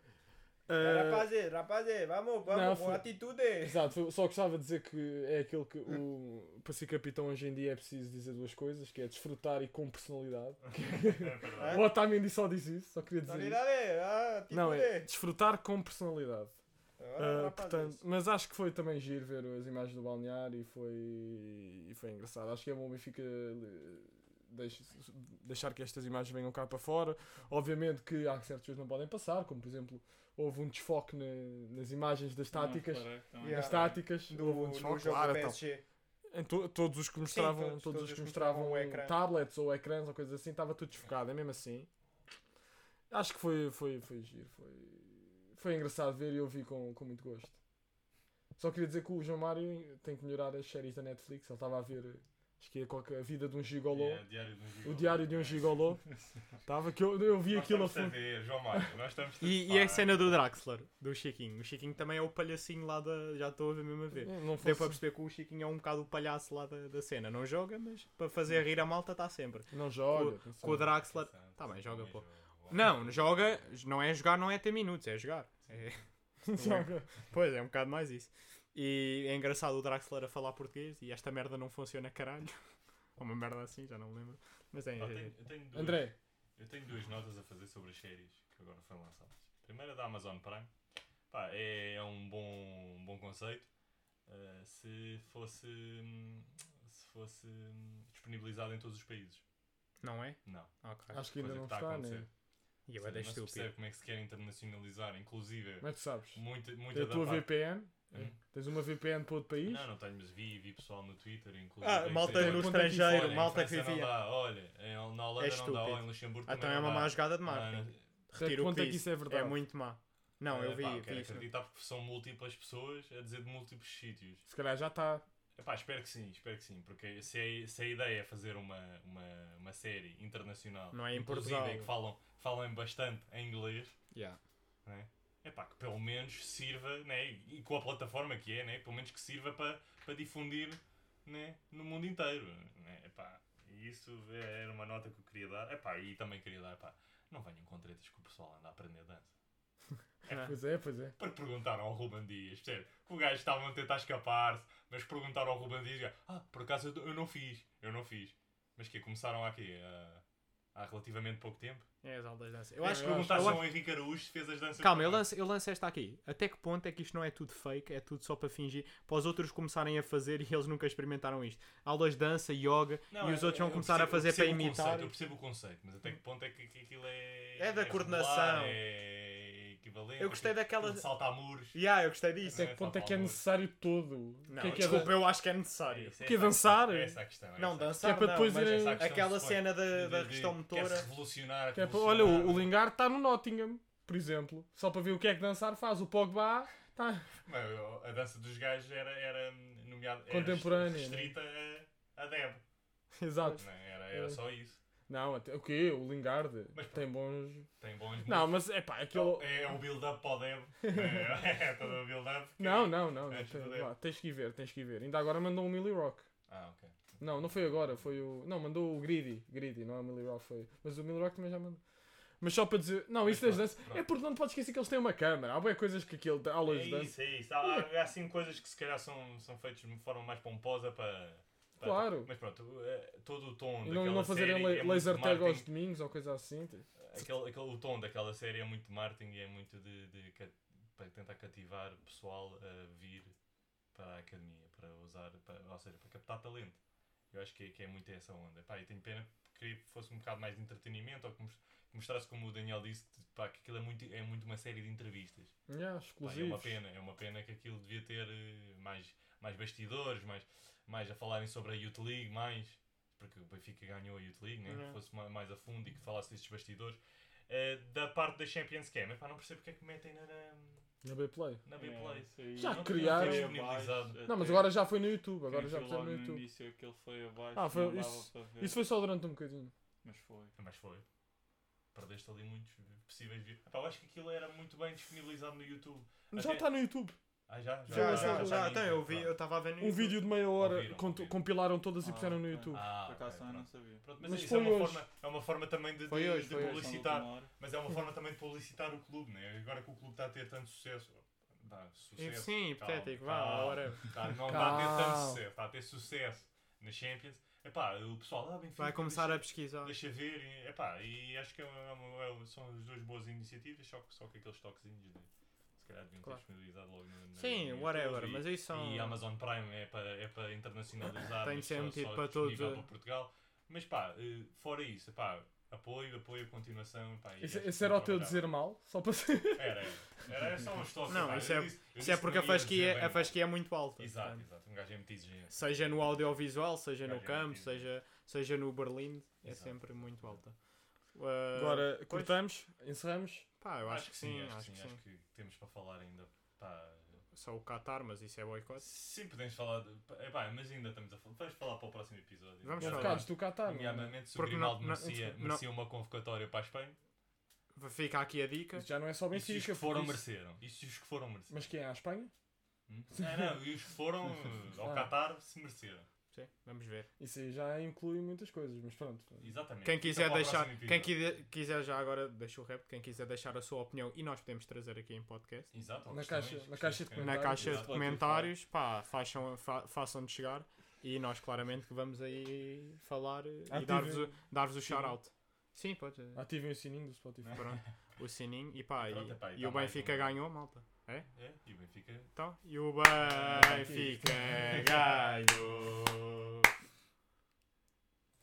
Ah, Rapazes, rapazes, vamos, vamos, Não, com foi- atitude. Exato, foi- só gostava de dizer que é aquele que <laughs> o, para ser capitão hoje em dia é preciso dizer duas coisas, que é desfrutar e com personalidade. <laughs> É <laughs> verdade. O Otamendi só diz isso, só queria dizer isso. Solidariedade, ah, atitude. Não, é desfrutar com personalidade. Agora, Ah, rapazes. portanto, mas acho que foi também giro ver as imagens do balneário e foi, e foi engraçado. Acho que é bom o Benfica eh, deix- deixar que estas imagens venham cá para fora. Obviamente que há certos que não podem passar, como por exemplo, houve um desfoque na- nas imagens das táticas. é Yeah. Nas táticas, do, houve um no desfoque, jogo claro, do então. PSG. Em to- todos os que mostravam, todos- todos, os que mostravam mostravam o ecrã. tablets ou ecrãs ou coisas assim, estava tudo desfocado, é mesmo assim. Acho que foi, foi, foi giro, foi, foi engraçado ver e eu vi com, com muito gosto. Só queria dizer que o João Mário tem que melhorar as séries da Netflix, ele estava a ver, acho que é qualquer, a vida de um gigolô, Yeah, diário de um o diário de um gigolô, estava que eu, eu vi Nós aquilo a estamos fundo. ver, João Mário, nós estamos E, a e é a Pá, cena do Draxler, do Chiquinho. O Chiquinho também é o palhacinho lá da. Já estou a ver mesmo a ver. Não Deu para fosse, perceber que o Chiquinho é um bocado o palhaço lá da, da cena. Não joga, mas para fazer rir a malta está sempre. não joga. Com o atenção. Draxler. interessante. Tá bem, joga, pô. Jogo. Não, joga. Não é jogar, não é ter minutos, é jogar. É- Joga. pois, é um bocado mais isso. E é engraçado o Draxler a falar português e esta merda não funciona caralho. <laughs> Ou uma merda assim, já não me lembro. Mas é. Ah, tenho- eu tenho duas- <laughs> André, Eu tenho duas notas a fazer sobre as séries que agora foram lançadas. A primeira é da Amazon Prime. Pá, é, é um bom, um bom conceito. Uh, se fosse, hum, se fosse hum, disponibilizado em todos os países. Não é? Não. Ok. acho que ainda Coisa não que tá a está, acontecer. né? E eu Ou é seja, não se estúpido. percebe como é que se quer internacionalizar, inclusive Como é que tu sabes? muita, muita Da da tua parte- VPN? Hum? Tens uma VPN para outro país? Não, não tenho, mas vi, vi pessoal no Twitter, inclusive. Ah, em malta Itália. no Olha, estrangeiro, Olha, em malta que França não vivia. dá, Olha, em- na Holanda É não dá, ou estúpido. em Luxemburgo Ah, Então também é não uma dá. má jogada de Ah, marketing. Até que Retiro o ponto que é que disse. isso é É verdade? muito má. Não, eu eh, vi. pá, vi quero isso. acreditar porque são múltiplas pessoas a dizer de múltiplos sítios. Se calhar já está. Epá, espero que sim, espero que sim, porque se a, se a ideia é fazer uma, uma, uma série internacional, Não é em inclusive, Portugal. que falam, falam bastante em inglês, Yeah. né? Epá, que pelo menos sirva, né? e e com a plataforma que é, né? pelo menos que sirva para para difundir né? no mundo inteiro. Né? Epá, e isso é- era uma nota que eu queria dar. Epá, e também queria dar, epá, não venham com tretas que o pessoal anda a aprender dança. Ah. Pois é, pois é. Porque perguntaram ao Ruben Dias, percebe? Que o gajo estava a tentar escapar-se, mas perguntaram ao Ruben Dias, e o gajo, ah, por acaso eu, eu não fiz, eu não fiz. Mas que é, começaram há quê? Há- há relativamente pouco tempo. É as aulas de dança. Eu Eu acho acho que que. eu perguntaram acho- ao Henrique Araújo se fez as danças. Calma, eu também. lanço, eu lanço esta aqui. Até que ponto é que isto não é tudo fake? É tudo só para fingir? Para os outros começarem a fazer e eles nunca experimentaram isto. Aulas de dança, yoga Não, e os eu- outros vão eu começar percebo- a fazer eu para percebo o imitar. conceito, eu percebo o conceito, mas até que ponto é que, que aquilo é. É da regular, coordenação. É equivalente. Eu gostei aquilo- daquela- aquilo de saltar muros. Yeah, eu gostei disso. Até que é ponto só é que é valor. necessário todo? Não, que é que é desculpa, da- eu acho que é necessário. isso, essa Quer a questão, dançar? é essa a questão. é Não, essa a dançar Que é para não, depois mas irem- essa a questão Aquela se cena da, questão. da De- de- questão Quer-se motora. revolucionar. que é para- olha, revolucionar. o, o Lingard está no Nottingham, por exemplo. Só para ver o que é que dançar faz. O Pogba está. Mas, ó, a dança dos gajos era, era nomeada. era Contemporânea, Restrita a, a Deb. Exato. não é? Era, era só isso. Não, até... o quê? O Lingard Mas pronto. tem bons. Tem bons Não, mas é pá, aquele. moves. É o build-up para o Deb. <laughs> É, é todo o build-up. que- Não, não, não. não, É, tem- tudo vá, tens que ir ver, tens que ir ver. Ainda agora mandou um Millie Rock. Ah, ok. Não, não foi agora, foi o. Não, mandou o Greedy. Greedy, não é o Millie Rock, foi. Mas o Millie Rock também já mandou. Mas só para dizer. Não, Mas isso das pronto, danças. pronto. É porque não te podes esquecer que eles têm uma câmera. Há boas coisas que aquilo. de Aulas É de dança. isso, é isso. Há, há, há, assim coisas que se calhar são, são feitas de uma forma mais pomposa para. para- Claro. Mas pronto, eh, todo o tom E daquela não, não série fazerem la- é muito laser de tag aos marketing. domingos ou coisa assim. tipo. Aquele, aquele, o tom daquela série é muito de marketing e é muito de, de ca- para tentar cativar pessoal a vir para a academia, para usar, para, ou seja, para captar talento. Eu acho que é, que é muito essa onda. Pá, e tenho pena que queria que fosse um bocado mais de entretenimento ou que mos- que mostrasse, como o Daniel disse, que, pá, que aquilo é muito, é muito uma série de entrevistas. Pá, Yeah, é uma exclusivos. pena, é uma pena que aquilo devia ter eh, mais, mais bastidores, mais, mais a falarem sobre a Youth League, mais porque o Benfica ganhou a Youth League, né? é? Uhum. que fosse ma- mais a fundo e que falasse destes bastidores. Eh, da parte da Champions Cam, epá, não percebo porque é que metem na, na, Na B-Play. na é. Bplay. Já Não tinham criaram- disponibilizado. Não, mas agora já foi no YouTube. Agora já foi puseram no YouTube. início aquele foi abaixo. Ah, foi- não dava isso- para é. ver, Isso foi só durante um bocadinho. Mas foi. Mas foi. Perdeste ali muitos possíveis vídeos. Epá, eu acho que aquilo era muito bem disponibilizado no YouTube. Mas Até- Já está no YouTube. Ah, já? Já, já, já, já. Então, eu vi, Pronto. eu estava a ver no Um YouTube. vídeo de meia hora Ouviram, cont- ouviram. compilaram todas e Ah, puseram no ok. YouTube. Ah, Por acaso ok, eu não pronto. sabia. Pronto, mas, Mas isso é foi uma, hoje. forma, é uma forma também de, de, Foi hoje, de foi hoje. publicitar. Mas é uma forma também de publicitar o clube, né? Agora que o clube está a ter tanto sucesso. Dá E, sucesso. sim, Calma, hipotético, calma. vá, ora. Tá, não está a ter tanto Calma. sucesso. Está a ter sucesso na Champions. Epá, o pessoal ah, Benfica, Vai começar a deixa, pesquisar. Deixa ver. E, epá, e acho que é uma- é uma- é uma- são as duas boas iniciativas, só, que- só que aqueles toquezinhos de. Se calhar deviam Claro. ter disponibilizado logo no, na, Sim, no whatever, YouTube e- mas isso são. e Amazon Prime é para, é para internacionalizar, Então, mas Tem de ser só- metido só para disponível todos, é. para Portugal. Mas pá, eh, fora isso, pá, apoio, apoio, continuação. Pá, e Esse, acho que esse era o teu trabalhar. dizer mal, só para <laughs> ser. Eh, Era, era, era só um estoque. Não, pá, isso eu é- disse- eu Isso disse é que porque não a ia dizer fasquia, bem a mal. fasquia é muito alta. Exato, portanto. exato, um gajo é muito exigente. Seja no audiovisual, seja no Gajo é campo, muito exigente. seja, seja no Berlim, é Exato. sempre muito alta. Uh, Agora pois, cortamos, encerramos. Pá, eu acho, que sim, acho, que sim, sim. acho que temos para falar ainda. Pá, Só o Qatar, mas isso é boicote. sim, podemos falar. De, pá, epá, mas ainda estamos a falar. Vamos falar para o próximo episódio. Vamos Já falar. tocados do Qatar. não é? Nomeadamente, se o Porque não- Grimaldo não- merecia, não- merecia uma convocatória para a Espanha, Fica aqui a dica. Isso já não é só e se os Benfica. que foram por isso- mereceram. E se os que foram mereceram. Mas quem é? A Espanha? <laughs> Hum? Não, não, e os que foram <laughs> eh, ao Ah. Qatar se mereceram. Sim, vamos ver. Isso aí já inclui muitas coisas, mas pronto. Exatamente. Quem quiser Então, para o deixar, próximo quem episódio. quide- quiser já agora, deixa o rap, quem quiser deixar a sua opinião e nós podemos trazer aqui em podcast. Exato, ou Na questões, caixa- na questões caixa de que- Na Comentários, caixa de Exato. comentários, pá, façam, fa- façam-nos chegar e nós claramente que vamos aí falar eh, e Ativem. dar-vos o, dar-vos o Ativem. shout-out. Sim, pode. eh, Ativem o sininho do Spotify. Pronto, o sininho e pá, e, Pronto, epá, e e dá o mais Benfica um. ganhou, malta. É, e o Benfica Então, e o Benfica ganhou.